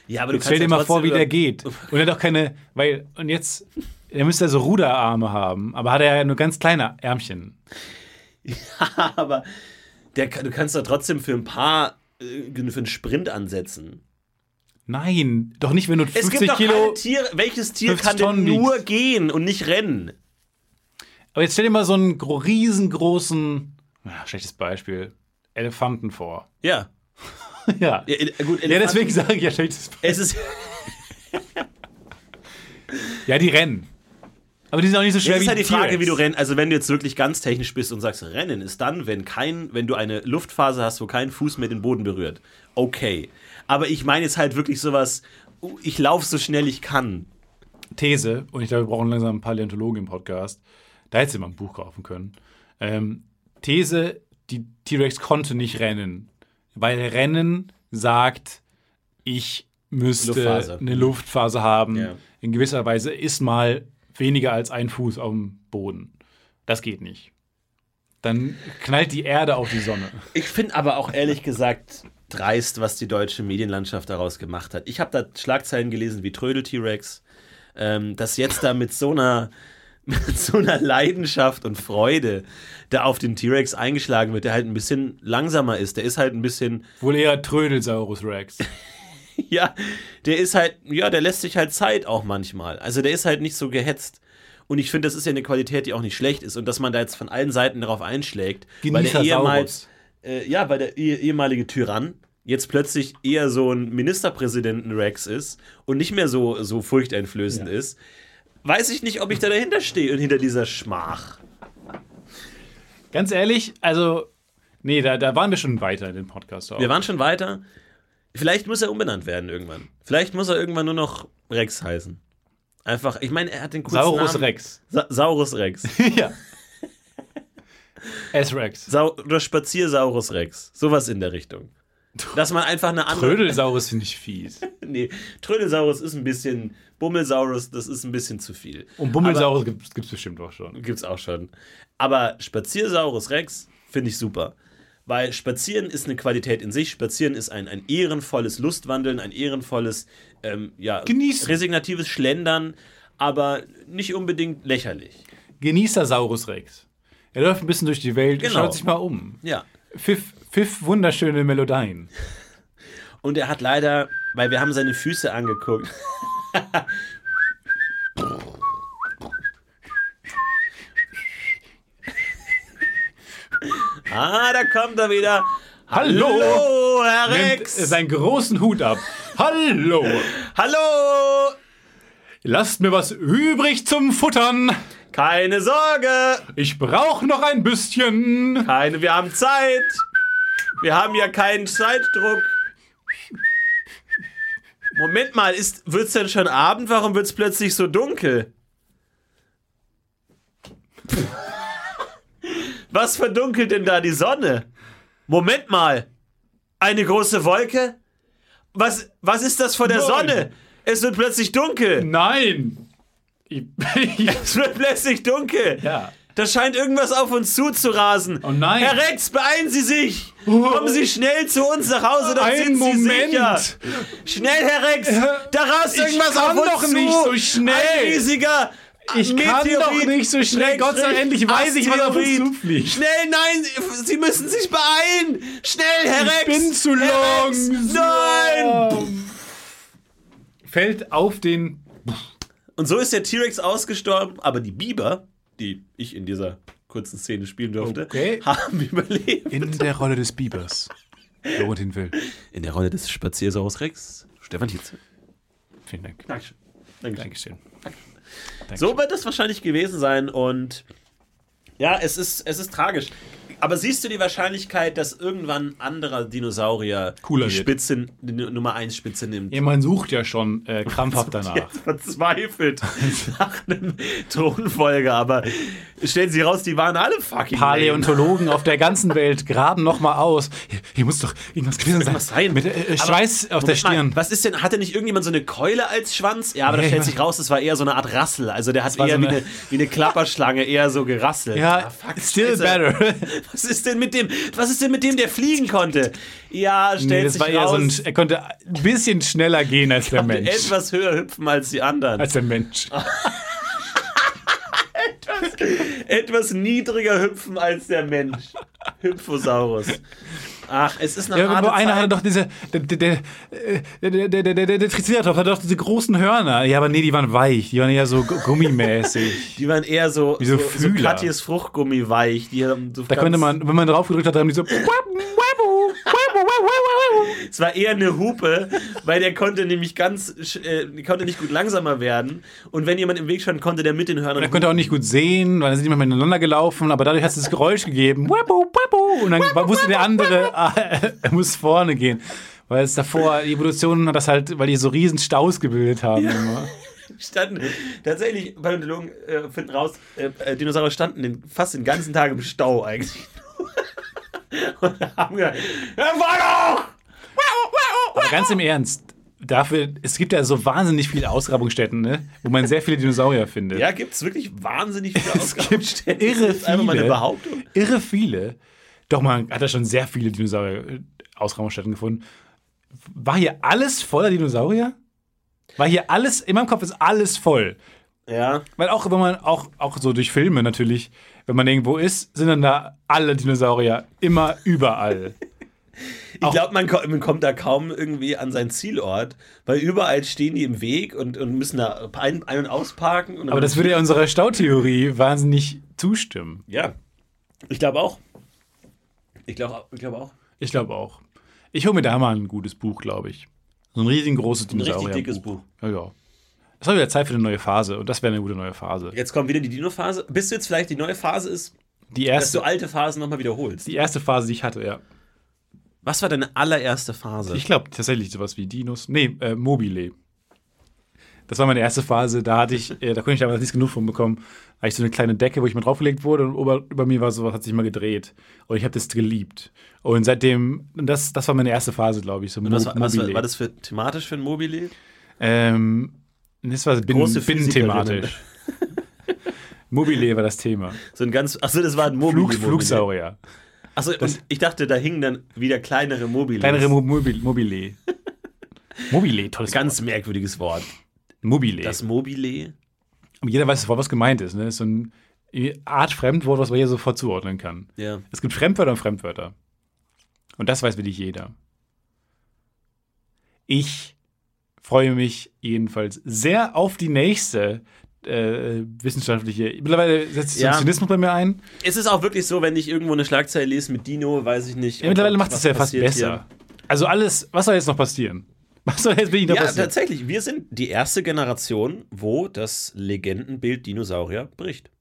[SPEAKER 4] Ja, aber du
[SPEAKER 3] Jetzt stell dir
[SPEAKER 4] ja
[SPEAKER 3] mal vor, wie
[SPEAKER 4] trotzdem
[SPEAKER 3] der
[SPEAKER 4] über-
[SPEAKER 3] geht. Und er hat auch keine, weil, und jetzt, er müsste ja so Ruderarme haben, aber hat er ja nur ganz kleine Ärmchen.
[SPEAKER 4] Aber der, kann- du kannst doch trotzdem für ein paar, äh, für einen Sprint ansetzen.
[SPEAKER 3] Nein, doch nicht, wenn du
[SPEAKER 4] Es gibt
[SPEAKER 3] 50
[SPEAKER 4] doch
[SPEAKER 3] Kilo.
[SPEAKER 4] keine Tiere. Welches Tier
[SPEAKER 3] 50
[SPEAKER 4] kann denn
[SPEAKER 3] Tonnen
[SPEAKER 4] nur
[SPEAKER 3] wiegt.
[SPEAKER 4] gehen und nicht rennen?
[SPEAKER 3] Aber jetzt stell dir mal so einen gro- riesengroßen, ah, schlechtes Beispiel, Elefanten vor.
[SPEAKER 4] Ja.
[SPEAKER 3] Ja.
[SPEAKER 4] Ja, äh, gut,
[SPEAKER 3] Ja,
[SPEAKER 4] Elefanten-
[SPEAKER 3] deswegen sage ich ja schlechtes Beispiel.
[SPEAKER 4] Es ist, halt
[SPEAKER 3] Ja, die rennen. Aber die sind auch nicht so schwer
[SPEAKER 4] es ist
[SPEAKER 3] wie
[SPEAKER 4] halt die Frage,
[SPEAKER 3] T-Rex.
[SPEAKER 4] wie du rennst. Also, wenn du jetzt wirklich ganz technisch bist und sagst, Rennen ist dann, wenn, kein, wenn du eine Luftphase hast, wo kein Fuß mehr den Boden berührt. Okay. Aber ich meine jetzt halt wirklich sowas, oh, ich laufe so schnell ich kann.
[SPEAKER 3] These, und ich glaube, wir brauchen langsam einen Paläontologen im Podcast. Da hättest du mal ein Buch kaufen können. Ähm, These, die T-Rex konnte nicht rennen, weil Rennen sagt, ich müsste
[SPEAKER 4] Luftphase.
[SPEAKER 3] eine Luftphase haben.
[SPEAKER 4] Ja.
[SPEAKER 3] In gewisser Weise ist mal weniger als ein Fuß auf dem Boden. Das geht nicht. Dann knallt die Erde auf die Sonne.
[SPEAKER 4] Ich finde aber auch ehrlich gesagt dreist, was die deutsche Medienlandschaft daraus gemacht hat. Ich habe da Schlagzeilen gelesen wie Trödel T-Rex. ähm, dass jetzt da mit so einer mit so einer Leidenschaft und Freude da auf den T-Rex eingeschlagen wird, der halt ein bisschen langsamer ist. Der ist halt ein bisschen,
[SPEAKER 3] Wohl eher Trödelsaurus Rex.
[SPEAKER 4] ja, der ist halt, ja, der lässt sich halt Zeit auch manchmal. Also der ist halt nicht so gehetzt. Und ich finde, das ist ja eine Qualität, die auch nicht schlecht ist. Und dass man da jetzt von allen Seiten darauf einschlägt, weil der ehemals,
[SPEAKER 3] Genießersaurus.
[SPEAKER 4] äh, ja, weil der eh- ehemalige Tyrann jetzt plötzlich eher so ein Ministerpräsidenten-Rex ist und nicht mehr so, so furchteinflößend ist, weiß ich nicht, ob ich da dahinter stehe und hinter dieser Schmach.
[SPEAKER 3] Ganz ehrlich, also, nee, da, da waren wir schon weiter in dem Podcast. Auch.
[SPEAKER 4] Wir waren schon weiter. Vielleicht muss er umbenannt werden irgendwann. Vielleicht muss er irgendwann nur noch Rex heißen. Einfach, ich meine, er hat den kurzen
[SPEAKER 3] Saurus
[SPEAKER 4] Namen.
[SPEAKER 3] Rex.
[SPEAKER 4] Sa Saurus Rex.
[SPEAKER 3] ja. S-Rex.
[SPEAKER 4] Sau oder Spaziersaurus Rex. Sowas in der Richtung. Dass man einfach eine andere.
[SPEAKER 3] Trödelsaurus finde ich fies.
[SPEAKER 4] Nee, Trödelsaurus ist ein bisschen. Bummelsaurus, das ist ein bisschen zu viel.
[SPEAKER 3] Und Bummelsaurus gibt es bestimmt auch schon.
[SPEAKER 4] Gibt's auch schon. Aber Spaziersaurus Rex finde ich super. Weil Spazieren ist eine Qualität in sich. Spazieren ist ein, ein ehrenvolles Lustwandeln, ein ehrenvolles, ähm, ja,
[SPEAKER 3] Genießen.
[SPEAKER 4] resignatives Schlendern, aber nicht unbedingt lächerlich.
[SPEAKER 3] Genießersaurus Rex. Er läuft ein bisschen durch die Welt und
[SPEAKER 4] Genau.
[SPEAKER 3] schaut sich mal um.
[SPEAKER 4] Ja.
[SPEAKER 3] Pfiff, pfiff wunderschöne Melodien.
[SPEAKER 4] Und er hat leider, weil wir haben seine Füße angeguckt. ah, da kommt er wieder.
[SPEAKER 3] Hallo!
[SPEAKER 4] Hallo, Herr
[SPEAKER 3] Nimmt
[SPEAKER 4] Rex!
[SPEAKER 3] seinen großen Hut ab. Hallo!
[SPEAKER 4] Hallo!
[SPEAKER 3] Lasst mir was übrig zum Futtern.
[SPEAKER 4] Keine Sorge!
[SPEAKER 3] Ich brauche noch ein bisschen.
[SPEAKER 4] Keine, wir haben Zeit! Wir haben ja keinen Zeitdruck. Moment mal, ist wird's denn schon Abend? Warum wird's plötzlich so dunkel? Was verdunkelt denn da die Sonne? Moment mal. Eine große Wolke? Was was ist das vor der
[SPEAKER 3] Nein.
[SPEAKER 4] Sonne? Es wird plötzlich dunkel.
[SPEAKER 3] Nein! Ich,
[SPEAKER 4] Es wird plötzlich dunkel.
[SPEAKER 3] ja.
[SPEAKER 4] Da scheint irgendwas auf uns zuzurasen.
[SPEAKER 3] Oh nein.
[SPEAKER 4] Herr Rex, beeilen Sie sich! Kommen Sie schnell zu uns nach Hause, dann
[SPEAKER 3] Ein
[SPEAKER 4] sind Sie
[SPEAKER 3] Moment!
[SPEAKER 4] sicher! Schnell, Herr Rex! Da rast
[SPEAKER 3] ich
[SPEAKER 4] irgendwas
[SPEAKER 3] kann
[SPEAKER 4] auf uns
[SPEAKER 3] doch
[SPEAKER 4] zu!
[SPEAKER 3] nicht so schnell.
[SPEAKER 4] Ein riesiger
[SPEAKER 3] Ich kann
[SPEAKER 4] Meteorit-
[SPEAKER 3] doch nicht so schnell. Gott sei Dank, endlich weiß ich, was auf uns
[SPEAKER 4] Asteroid.
[SPEAKER 3] zufliegt.
[SPEAKER 4] Schnell, nein! Sie müssen sich beeilen! Schnell, Herr Rex!
[SPEAKER 3] Ich bin zu
[SPEAKER 4] Herr Rex, Nein!
[SPEAKER 3] langsam. Fällt auf den.
[SPEAKER 4] Und so ist der T-Rex ausgestorben, aber die Biber, die ich in dieser kurzen Szene spielen durfte,
[SPEAKER 3] Okay.
[SPEAKER 4] haben überlebt.
[SPEAKER 3] In der Rolle des Bibers. Lorentin Will.
[SPEAKER 4] In der Rolle des Spaziersaurus Rex, Stefan Tietze.
[SPEAKER 3] Vielen Dank.
[SPEAKER 4] Dankeschön. Dankeschön.
[SPEAKER 3] Dankeschön.
[SPEAKER 4] So wird das wahrscheinlich gewesen sein und ja, es ist, es ist tragisch. Aber siehst du die Wahrscheinlichkeit, dass irgendwann anderer Dinosaurier
[SPEAKER 3] Cooler
[SPEAKER 4] die
[SPEAKER 3] wird.
[SPEAKER 4] Spitze, die Nu- Nummer 1 Spitze nimmt?
[SPEAKER 3] Ja, man sucht ja schon äh, krampfhaft danach.
[SPEAKER 4] Jetzt verzweifelt nach einem Thronfolger, aber stellen sie raus, die waren alle fucking lame.
[SPEAKER 3] Paläontologen auf der ganzen Welt graben nochmal aus. Hier, hier muss doch irgendwas gewesen sein.
[SPEAKER 4] Was sein?
[SPEAKER 3] Mit äh, äh,
[SPEAKER 4] Aber
[SPEAKER 3] Schweiß auf der
[SPEAKER 4] Moment mal,
[SPEAKER 3] Stirn.
[SPEAKER 4] was ist denn, hatte nicht irgendjemand so eine Keule als Schwanz? Ja, aber da
[SPEAKER 3] Ja,
[SPEAKER 4] stellt
[SPEAKER 3] ich
[SPEAKER 4] sich raus, es war eher so eine Art Rassel. Also der hat
[SPEAKER 3] war
[SPEAKER 4] eher
[SPEAKER 3] so
[SPEAKER 4] wie,
[SPEAKER 3] eine-
[SPEAKER 4] eine, wie eine Klapperschlange, eher so gerasselt. Ah,
[SPEAKER 3] ja, still
[SPEAKER 4] Scheiße.
[SPEAKER 3] better.
[SPEAKER 4] Was ist denn mit dem, was ist denn mit dem, der fliegen konnte? Ja, stellt
[SPEAKER 3] Nee, das
[SPEAKER 4] sich
[SPEAKER 3] war eher
[SPEAKER 4] raus,
[SPEAKER 3] so ein, er konnte ein bisschen schneller gehen als der Mensch.
[SPEAKER 4] etwas höher hüpfen als die anderen.
[SPEAKER 3] Als der Mensch.
[SPEAKER 4] etwas niedriger hüpfen als der Mensch. Hyphosaurus. Ach, es ist eine
[SPEAKER 3] Ja,
[SPEAKER 4] harte
[SPEAKER 3] aber einer
[SPEAKER 4] Zeit.
[SPEAKER 3] hatte doch diese. Der, der, äh, der, der, der, der, der, der Triceratops hatte doch diese großen Hörner. Ja, aber nee, die waren weich. Die waren eher so gu- gummimäßig.
[SPEAKER 4] die waren eher so,
[SPEAKER 3] so
[SPEAKER 4] so
[SPEAKER 3] Fühler.
[SPEAKER 4] Katjes Fruchtgummi weich. Die haben so
[SPEAKER 3] Da
[SPEAKER 4] ganz-
[SPEAKER 3] könnte man, wenn man drauf gedrückt hat, haben die so.
[SPEAKER 4] Es war eher eine Hupe, weil der konnte nämlich ganz, sch- äh, die konnte nicht gut langsamer werden. Und wenn jemand im Weg stand, konnte der mit den Hörnern.
[SPEAKER 3] Er konnte auch nicht gut sehen, weil dann sind die manchmal miteinander gelaufen, aber dadurch hat es das Geräusch gegeben. Und dann wusste der andere, ah, er muss vorne gehen. Weil es davor, die Evolution hat das halt, weil die so riesen Staus gebildet haben. Immer.
[SPEAKER 4] standen tatsächlich, Paläontologen äh, finden raus, äh, äh, Dinosaurier standen den, fast den ganzen Tag im Stau eigentlich. Und haben gesagt, Herr Wallach!
[SPEAKER 3] Aber ganz im Ernst, dafür, es gibt ja so wahnsinnig viele Ausgrabungsstätten, ne? wo man sehr viele Dinosaurier findet.
[SPEAKER 4] Ja, gibt es wirklich wahnsinnig viele
[SPEAKER 3] es gibt
[SPEAKER 4] Ausgrabungsstätten.
[SPEAKER 3] irre
[SPEAKER 4] Das ist einfach mal eine
[SPEAKER 3] viele.
[SPEAKER 4] Behauptung.
[SPEAKER 3] Irre viele. Doch, man hat da schon sehr viele äh, Dinosaurier-Ausgrabungsstätten gefunden. War hier alles voller Dinosaurier? Weil hier alles, in meinem Kopf ist alles voll.
[SPEAKER 4] Ja.
[SPEAKER 3] Weil auch wenn man, auch, auch so durch Filme natürlich, wenn man irgendwo ist, sind dann da alle Dinosaurier immer überall.
[SPEAKER 4] Ich glaube, man, ko- man kommt da kaum irgendwie an seinen Zielort, weil überall stehen die im Weg und, und müssen da ein, ein- und ausparken. Und
[SPEAKER 3] Aber das würde ja unserer Stautheorie wahnsinnig zustimmen.
[SPEAKER 4] Ja. Ich glaube auch. Ich glaube ich glaub auch.
[SPEAKER 3] Ich glaube auch. Ich hole mir da mal ein gutes Buch, glaube ich. So ein riesengroßes
[SPEAKER 4] Ein richtig
[SPEAKER 3] Dinosaurier.
[SPEAKER 4] dickes Buch.
[SPEAKER 3] Ja, ja. Es war wieder Zeit für eine neue Phase und das wäre eine gute neue Phase.
[SPEAKER 4] Jetzt kommt wieder die Dino-Phase. Bis jetzt vielleicht die neue Phase ist,
[SPEAKER 3] Die
[SPEAKER 4] dass du
[SPEAKER 3] erste,
[SPEAKER 4] alte Phasen nochmal wiederholst.
[SPEAKER 3] die erste Phase, die ich hatte, ja.
[SPEAKER 4] Was war deine allererste Phase?
[SPEAKER 3] Ich glaube tatsächlich sowas wie Dinos. Nee, äh, Mobile. Das war meine erste Phase. Da hatte ich, äh, da konnte ich damals nichts genug von bekommen. Da hatte ich so eine kleine Decke, wo ich mal draufgelegt wurde und über, über mir war sowas, hat sich mal gedreht. Und ich habe das geliebt. Und seitdem, und das, das war meine erste Phase, glaube ich. So
[SPEAKER 4] was, war- was war, war das für thematisch für ein Mobile?
[SPEAKER 3] Ähm, das war bin,
[SPEAKER 4] Große
[SPEAKER 3] binnenthematisch. Mobile war das Thema.
[SPEAKER 4] So ein ganz. Achso, das war ein Mobile.
[SPEAKER 3] Flug, Flugsaurier.
[SPEAKER 4] Achso, und ich dachte, da hingen dann wieder kleinere Mobile.
[SPEAKER 3] Kleinere Mo Mobil Mobile. Mobile, tolles
[SPEAKER 4] Ganz merkwürdiges Wort.
[SPEAKER 3] Wort. Mobile.
[SPEAKER 4] Das Mobile.
[SPEAKER 3] Und jeder weiß sofort, was gemeint ist. Ne? Ist so eine Art Fremdwort, was man hier sofort zuordnen kann.
[SPEAKER 4] Ja.
[SPEAKER 3] Es gibt Fremdwörter und Fremdwörter. Und das weiß wirklich jeder. Ich freue mich jedenfalls sehr auf die nächste äh, wissenschaftliche. Mittlerweile setzt sich so ein
[SPEAKER 4] Ja.
[SPEAKER 3] Zynismus bei mir ein.
[SPEAKER 4] Es ist auch wirklich so, wenn ich irgendwo eine Schlagzeile lese mit Dino, weiß ich nicht.
[SPEAKER 3] Ja, mittlerweile
[SPEAKER 4] ob-
[SPEAKER 3] macht es
[SPEAKER 4] was
[SPEAKER 3] ja fast
[SPEAKER 4] passiert
[SPEAKER 3] besser. Also alles, was soll jetzt noch passieren? Was soll jetzt wirklich noch
[SPEAKER 4] Hier. Ja,
[SPEAKER 3] passieren?
[SPEAKER 4] tatsächlich. Wir sind die erste Generation, wo das Legendenbild Dinosaurier bricht.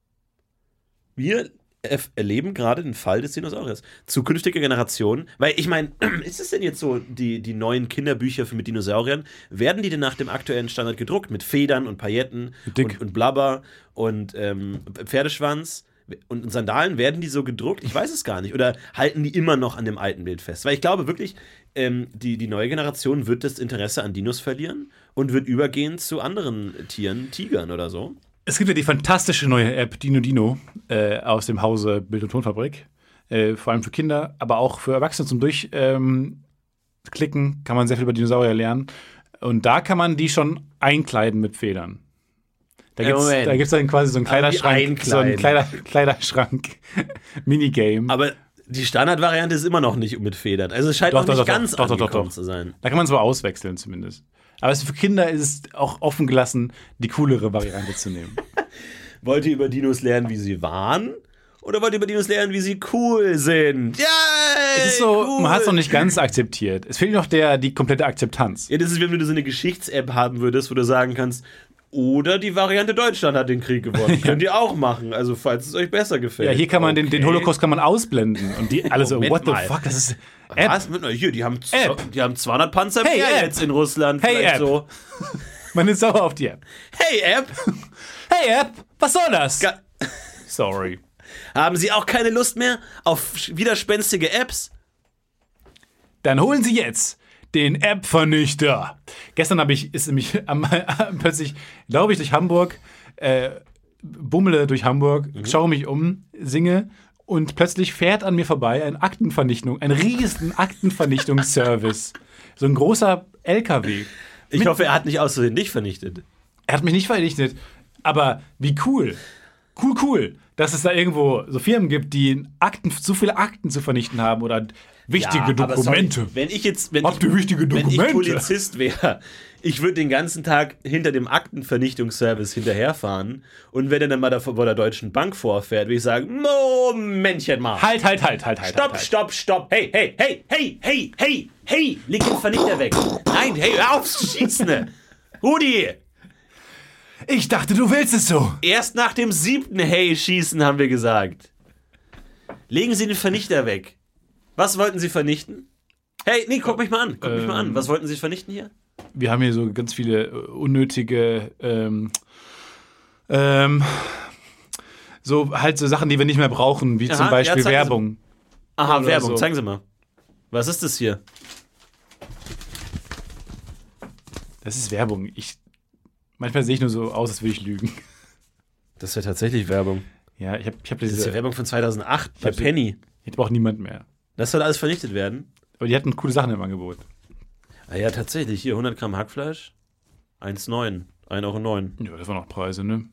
[SPEAKER 4] Wir erf- erleben gerade den Fall des Dinosauriers. Zukünftige Generationen, weil ich meine, ist es denn jetzt so, die, die neuen Kinderbücher für mit Dinosauriern, werden die denn nach dem aktuellen Standard gedruckt mit Federn und Pailletten
[SPEAKER 3] Dick.
[SPEAKER 4] Und, und Blabber und ähm, Pferdeschwanz? Und Sandalen werden die so gedruckt? Ich weiß es gar nicht. Oder halten die immer noch an dem alten Bild fest? Weil ich glaube wirklich, ähm, die, die neue Generation wird das Interesse an Dinos verlieren und wird übergehen zu anderen Tieren, Tigern oder so.
[SPEAKER 3] Es gibt ja die fantastische neue App Dino Dino äh, aus dem Hause Bild- und Tonfabrik. Äh, vor allem für Kinder, aber auch für Erwachsene zum Durchklicken kann man sehr viel über Dinosaurier lernen. Und da kann man die schon einkleiden mit Federn. Da
[SPEAKER 4] Ja,
[SPEAKER 3] gibt es
[SPEAKER 4] Moment.
[SPEAKER 3] da gibt's dann quasi so einen
[SPEAKER 4] Aber wie
[SPEAKER 3] Kleiderschrank, so einen
[SPEAKER 4] einkleiden?
[SPEAKER 3] Kleider, Kleiderschrank Minigame.
[SPEAKER 4] Aber die Standardvariante ist immer noch nicht mit Federn. Also es scheint
[SPEAKER 3] Doch,
[SPEAKER 4] noch
[SPEAKER 3] doch,
[SPEAKER 4] nicht
[SPEAKER 3] doch,
[SPEAKER 4] ganz
[SPEAKER 3] doch, doch, doch,
[SPEAKER 4] angekommen
[SPEAKER 3] doch.
[SPEAKER 4] zu sein.
[SPEAKER 3] Da kann man es aber auswechseln zumindest. Aber es, für Kinder ist es auch offen gelassen, die coolere Variante zu nehmen.
[SPEAKER 4] Wollt ihr über Dinos lernen, wie sie waren? Oder wollt ihr über Dinos lernen, wie sie cool sind? Ja!
[SPEAKER 3] Es ist so, man hat es noch nicht ganz akzeptiert. Es fehlt noch der, die komplette Akzeptanz.
[SPEAKER 4] Ja, das ist, wie wenn du so eine Geschichts-App haben würdest, wo du sagen kannst, oder die Variante Deutschland hat den Krieg gewonnen. Könnt ihr auch machen, also falls es euch besser gefällt. Oh,
[SPEAKER 3] Ja, hier kann man den, den
[SPEAKER 4] Okay.
[SPEAKER 3] Holocaust kann man ausblenden. Und die alle so,
[SPEAKER 4] Moment
[SPEAKER 3] what the
[SPEAKER 4] mal.
[SPEAKER 3] fuck, das ist App.
[SPEAKER 4] Was? Mit, hier, die haben, z-
[SPEAKER 3] App.
[SPEAKER 4] die haben 200 Panzer
[SPEAKER 3] Hey,
[SPEAKER 4] mehr
[SPEAKER 3] App.
[SPEAKER 4] jetzt in Russland.
[SPEAKER 3] Hey,
[SPEAKER 4] vielleicht
[SPEAKER 3] App.
[SPEAKER 4] so.
[SPEAKER 3] Man ist sauer auf die App.
[SPEAKER 4] Hey, App!
[SPEAKER 3] Hey App, was soll das?
[SPEAKER 4] Ga-
[SPEAKER 3] Sorry.
[SPEAKER 4] Haben Sie auch keine Lust mehr auf sch- widerspenstige Apps?
[SPEAKER 3] Dann holen Sie jetzt den App-Vernichter. Gestern habe ich, ist nämlich am, plötzlich, glaube ich, durch Hamburg, äh, bummele durch Hamburg,
[SPEAKER 4] Mhm.
[SPEAKER 3] schaue mich um, singe und plötzlich fährt an mir vorbei ein Aktenvernichtung, ein riesen Aktenvernichtungsservice. so ein großer LKW.
[SPEAKER 4] Ich hoffe, er hat nicht aus Versehen dich vernichtet.
[SPEAKER 3] Er hat mich nicht vernichtet, aber wie cool. Cool, cool, dass es da irgendwo so Firmen gibt, die Akten, zu viele Akten zu vernichten haben oder wichtige
[SPEAKER 4] aber sorry,
[SPEAKER 3] Dokumente.
[SPEAKER 4] wenn ich jetzt, wenn
[SPEAKER 3] Habt
[SPEAKER 4] ich,
[SPEAKER 3] ihr wichtige
[SPEAKER 4] Wenn ich
[SPEAKER 3] Dokumente?
[SPEAKER 4] Polizist wäre, ich würde den ganzen Tag hinter dem Aktenvernichtungsservice hinterherfahren und wenn er dann mal da vor vor der Deutschen Bank vorfährt, würde ich sagen, Momentchen mal.
[SPEAKER 3] Halt, halt, halt, halt, halt. halt,
[SPEAKER 4] Stopp,
[SPEAKER 3] halt.
[SPEAKER 4] stopp, stopp. Hey, hey, hey, hey, hey, hey, hey, leg den Vernichter weg. Nein, hey, hör auf, schießen. Rudi,
[SPEAKER 3] Ich dachte, du willst es so.
[SPEAKER 4] erst nach dem siebten Hey schießen, haben wir gesagt. Legen Sie den Vernichter weg. Was wollten Sie vernichten? Hey, nee, guck mich mal an. Guck mich mal an. Was wollten Sie vernichten hier?
[SPEAKER 3] Wir haben hier so ganz viele äh, unnötige, ähm, ähm, so halt so Sachen, die wir nicht mehr brauchen, wie
[SPEAKER 4] Aha,
[SPEAKER 3] zum
[SPEAKER 4] ja,
[SPEAKER 3] Beispiel
[SPEAKER 4] zeigen Sie-
[SPEAKER 3] Werbung.
[SPEAKER 4] Aha,
[SPEAKER 3] Oder
[SPEAKER 4] Werbung,
[SPEAKER 3] so.
[SPEAKER 4] zeigen Sie mal. Was ist das hier?
[SPEAKER 3] Das ist Werbung. Ich, manchmal sehe ich nur so aus, als würde ich lügen.
[SPEAKER 4] Das ist ja tatsächlich Werbung.
[SPEAKER 3] Ja, ich habe ich hab
[SPEAKER 4] Das ist ja
[SPEAKER 3] diese.
[SPEAKER 4] Werbung von 2008 bei
[SPEAKER 3] hab sie-
[SPEAKER 4] Penny.
[SPEAKER 3] Jetzt braucht niemand mehr.
[SPEAKER 4] Das soll alles vernichtet werden.
[SPEAKER 3] Aber die hatten coole Sachen im Angebot.
[SPEAKER 4] Ah ja, tatsächlich. Hier 100 Gramm Hackfleisch. 1,9. 1,09 Euro.
[SPEAKER 3] Ja, das waren auch Preise, ne?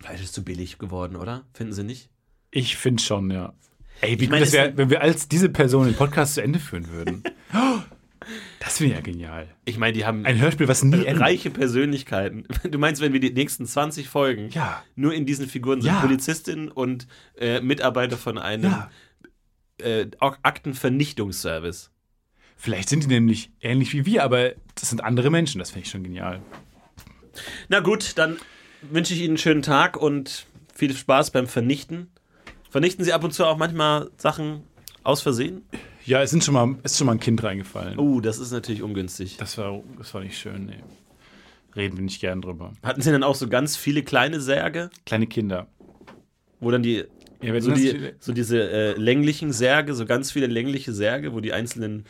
[SPEAKER 4] Fleisch ist zu billig geworden, oder? Finden Sie nicht?
[SPEAKER 3] Ich finde schon, ja. Ey, wie
[SPEAKER 4] Ich meine,
[SPEAKER 3] gut das
[SPEAKER 4] es-
[SPEAKER 3] wäre, wenn wir als diese Person den Podcast zu Ende führen würden. Das finde ich ja genial.
[SPEAKER 4] Ich meine, die haben
[SPEAKER 3] Ein Hörspiel, was nie endet.
[SPEAKER 4] reiche Persönlichkeiten. Du meinst, wenn wir die nächsten 20 Folgen
[SPEAKER 3] Ja.
[SPEAKER 4] nur in diesen Figuren sind
[SPEAKER 3] Ja.
[SPEAKER 4] Polizistin und äh, Mitarbeiter von einem
[SPEAKER 3] Ja.
[SPEAKER 4] äh, Ak- Aktenvernichtungsservice.
[SPEAKER 3] Vielleicht sind die nämlich ähnlich wie wir, aber das sind andere Menschen. Das finde ich schon genial.
[SPEAKER 4] Na gut, dann wünsche ich Ihnen einen schönen Tag und viel Spaß beim Vernichten. Vernichten Sie ab und zu auch manchmal Sachen aus Versehen?
[SPEAKER 3] Ja, es sind schon mal, es ist schon mal ein Kind reingefallen.
[SPEAKER 4] Oh, das ist natürlich ungünstig.
[SPEAKER 3] Das, war, das war nicht schön, nee. Reden wir nicht gern drüber.
[SPEAKER 4] Hatten Sie dann auch so ganz viele kleine Särge,
[SPEAKER 3] Kleine Kinder.
[SPEAKER 4] wo dann die
[SPEAKER 3] Ja, wenn
[SPEAKER 4] so,
[SPEAKER 3] das-
[SPEAKER 4] die, so diese äh, länglichen Särge, so ganz viele längliche Särge, wo die einzelnen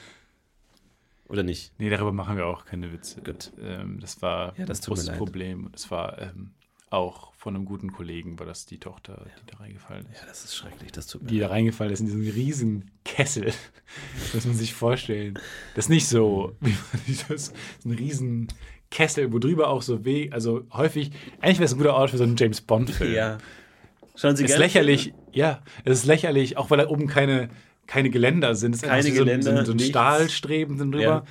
[SPEAKER 4] oder nicht?
[SPEAKER 3] Nee, darüber machen wir auch keine Witze.
[SPEAKER 4] Gut.
[SPEAKER 3] Ähm, das war
[SPEAKER 4] Ja, das
[SPEAKER 3] ein
[SPEAKER 4] tut mir
[SPEAKER 3] großes
[SPEAKER 4] leid.
[SPEAKER 3] Problem. Und Das war ähm, auch von einem guten Kollegen, war das die Tochter, die da reingefallen ist.
[SPEAKER 4] Das ist schrecklich, das tut mir
[SPEAKER 3] Die da reingefallen ist in diesen riesen Kessel. Muss man sich vorstellen. Das ist nicht so,
[SPEAKER 4] Mhm.
[SPEAKER 3] wie man sich das, ein riesen Kessel, wo drüber auch so weh, also häufig, eigentlich wäre es ein guter Ort für so einen James Bond-Film.
[SPEAKER 4] Ja. Schauen Sie
[SPEAKER 3] Es ist
[SPEAKER 4] gerne-
[SPEAKER 3] lächerlich, ja, es ist lächerlich, auch weil da oben keine, keine Geländer sind. Es ist
[SPEAKER 4] Keine
[SPEAKER 3] einfach so, so,
[SPEAKER 4] Geländer,
[SPEAKER 3] so ein
[SPEAKER 4] nichts.
[SPEAKER 3] Stahlstreben sind drüber.
[SPEAKER 4] Ja.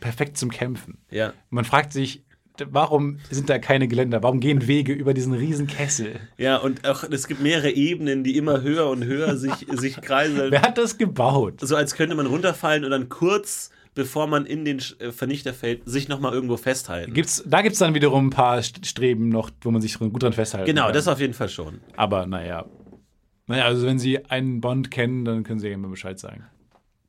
[SPEAKER 3] Perfekt zum Kämpfen.
[SPEAKER 4] Ja.
[SPEAKER 3] Man fragt sich, d- warum sind da keine Geländer? Warum gehen Wege über diesen riesen Kessel?
[SPEAKER 4] Ja, und auch es gibt mehrere Ebenen, die immer höher und höher sich, sich kreiseln.
[SPEAKER 3] Wer hat das gebaut?
[SPEAKER 4] So als könnte man runterfallen und dann kurz, bevor man in den Sch- äh, Vernichter fällt, sich nochmal irgendwo festhalten.
[SPEAKER 3] Gibt's, da gibt es dann wiederum ein paar St- Streben noch, wo man sich dran- gut dran festhalten
[SPEAKER 4] genau,
[SPEAKER 3] kann.
[SPEAKER 4] das auf jeden Fall schon.
[SPEAKER 3] Aber naja. Naja, also wenn Sie einen Bond kennen, dann können Sie ja immer Bescheid sagen.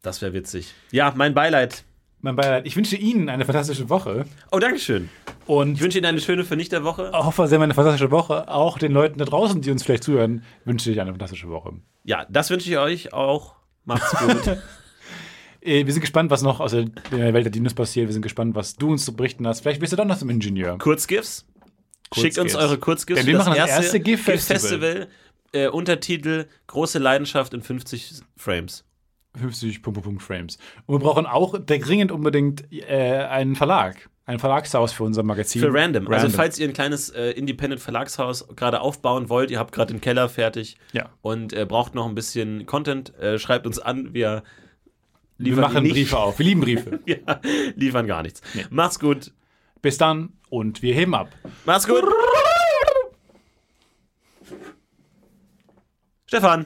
[SPEAKER 4] Das wäre witzig. Ja, mein Beileid.
[SPEAKER 3] Mein Beileid, ich wünsche Ihnen eine fantastische Woche
[SPEAKER 4] Oh, Dankeschön.
[SPEAKER 3] und
[SPEAKER 4] Ich wünsche Ihnen eine schöne Vernichterwoche.
[SPEAKER 3] hoffe, Sie haben eine fantastische Woche. Auch den Leuten da draußen, die uns vielleicht zuhören, wünsche ich eine fantastische Woche.
[SPEAKER 4] Ja, das wünsche ich euch auch. Macht's gut.
[SPEAKER 3] Äh, Wir sind gespannt, was noch aus der der Welt der Dinos passiert. Wir sind gespannt, was du uns zu berichten hast. Vielleicht bist du doch noch zum Ingenieur.
[SPEAKER 4] Kurzgifs. Schickt uns
[SPEAKER 3] Kurzgifs.
[SPEAKER 4] eure Kurzgifs.
[SPEAKER 3] Denn wir
[SPEAKER 4] für
[SPEAKER 3] machen das erste GIF-Festival.
[SPEAKER 4] GIF-Festival. Äh, Untertitel Große Leidenschaft in 50 Frames.
[SPEAKER 3] 50 Punkt, Punkt, Punkt Frames. Und wir brauchen auch dringend unbedingt äh, einen Verlag. Ein Verlagshaus für unser Magazin.
[SPEAKER 4] Für random. Also falls ihr ein kleines äh, Independent Verlagshaus gerade aufbauen wollt, ihr habt gerade den Keller fertig
[SPEAKER 3] Ja.
[SPEAKER 4] und äh, braucht noch ein bisschen Content, äh, schreibt uns an,
[SPEAKER 3] Wir
[SPEAKER 4] wir liefern
[SPEAKER 3] machen
[SPEAKER 4] nicht,
[SPEAKER 3] Briefe auf. Wir lieben Briefe.
[SPEAKER 4] Ja, liefern gar nichts. Macht's gut.
[SPEAKER 3] Bis dann und wir heben ab.
[SPEAKER 4] Macht's gut. Stefan.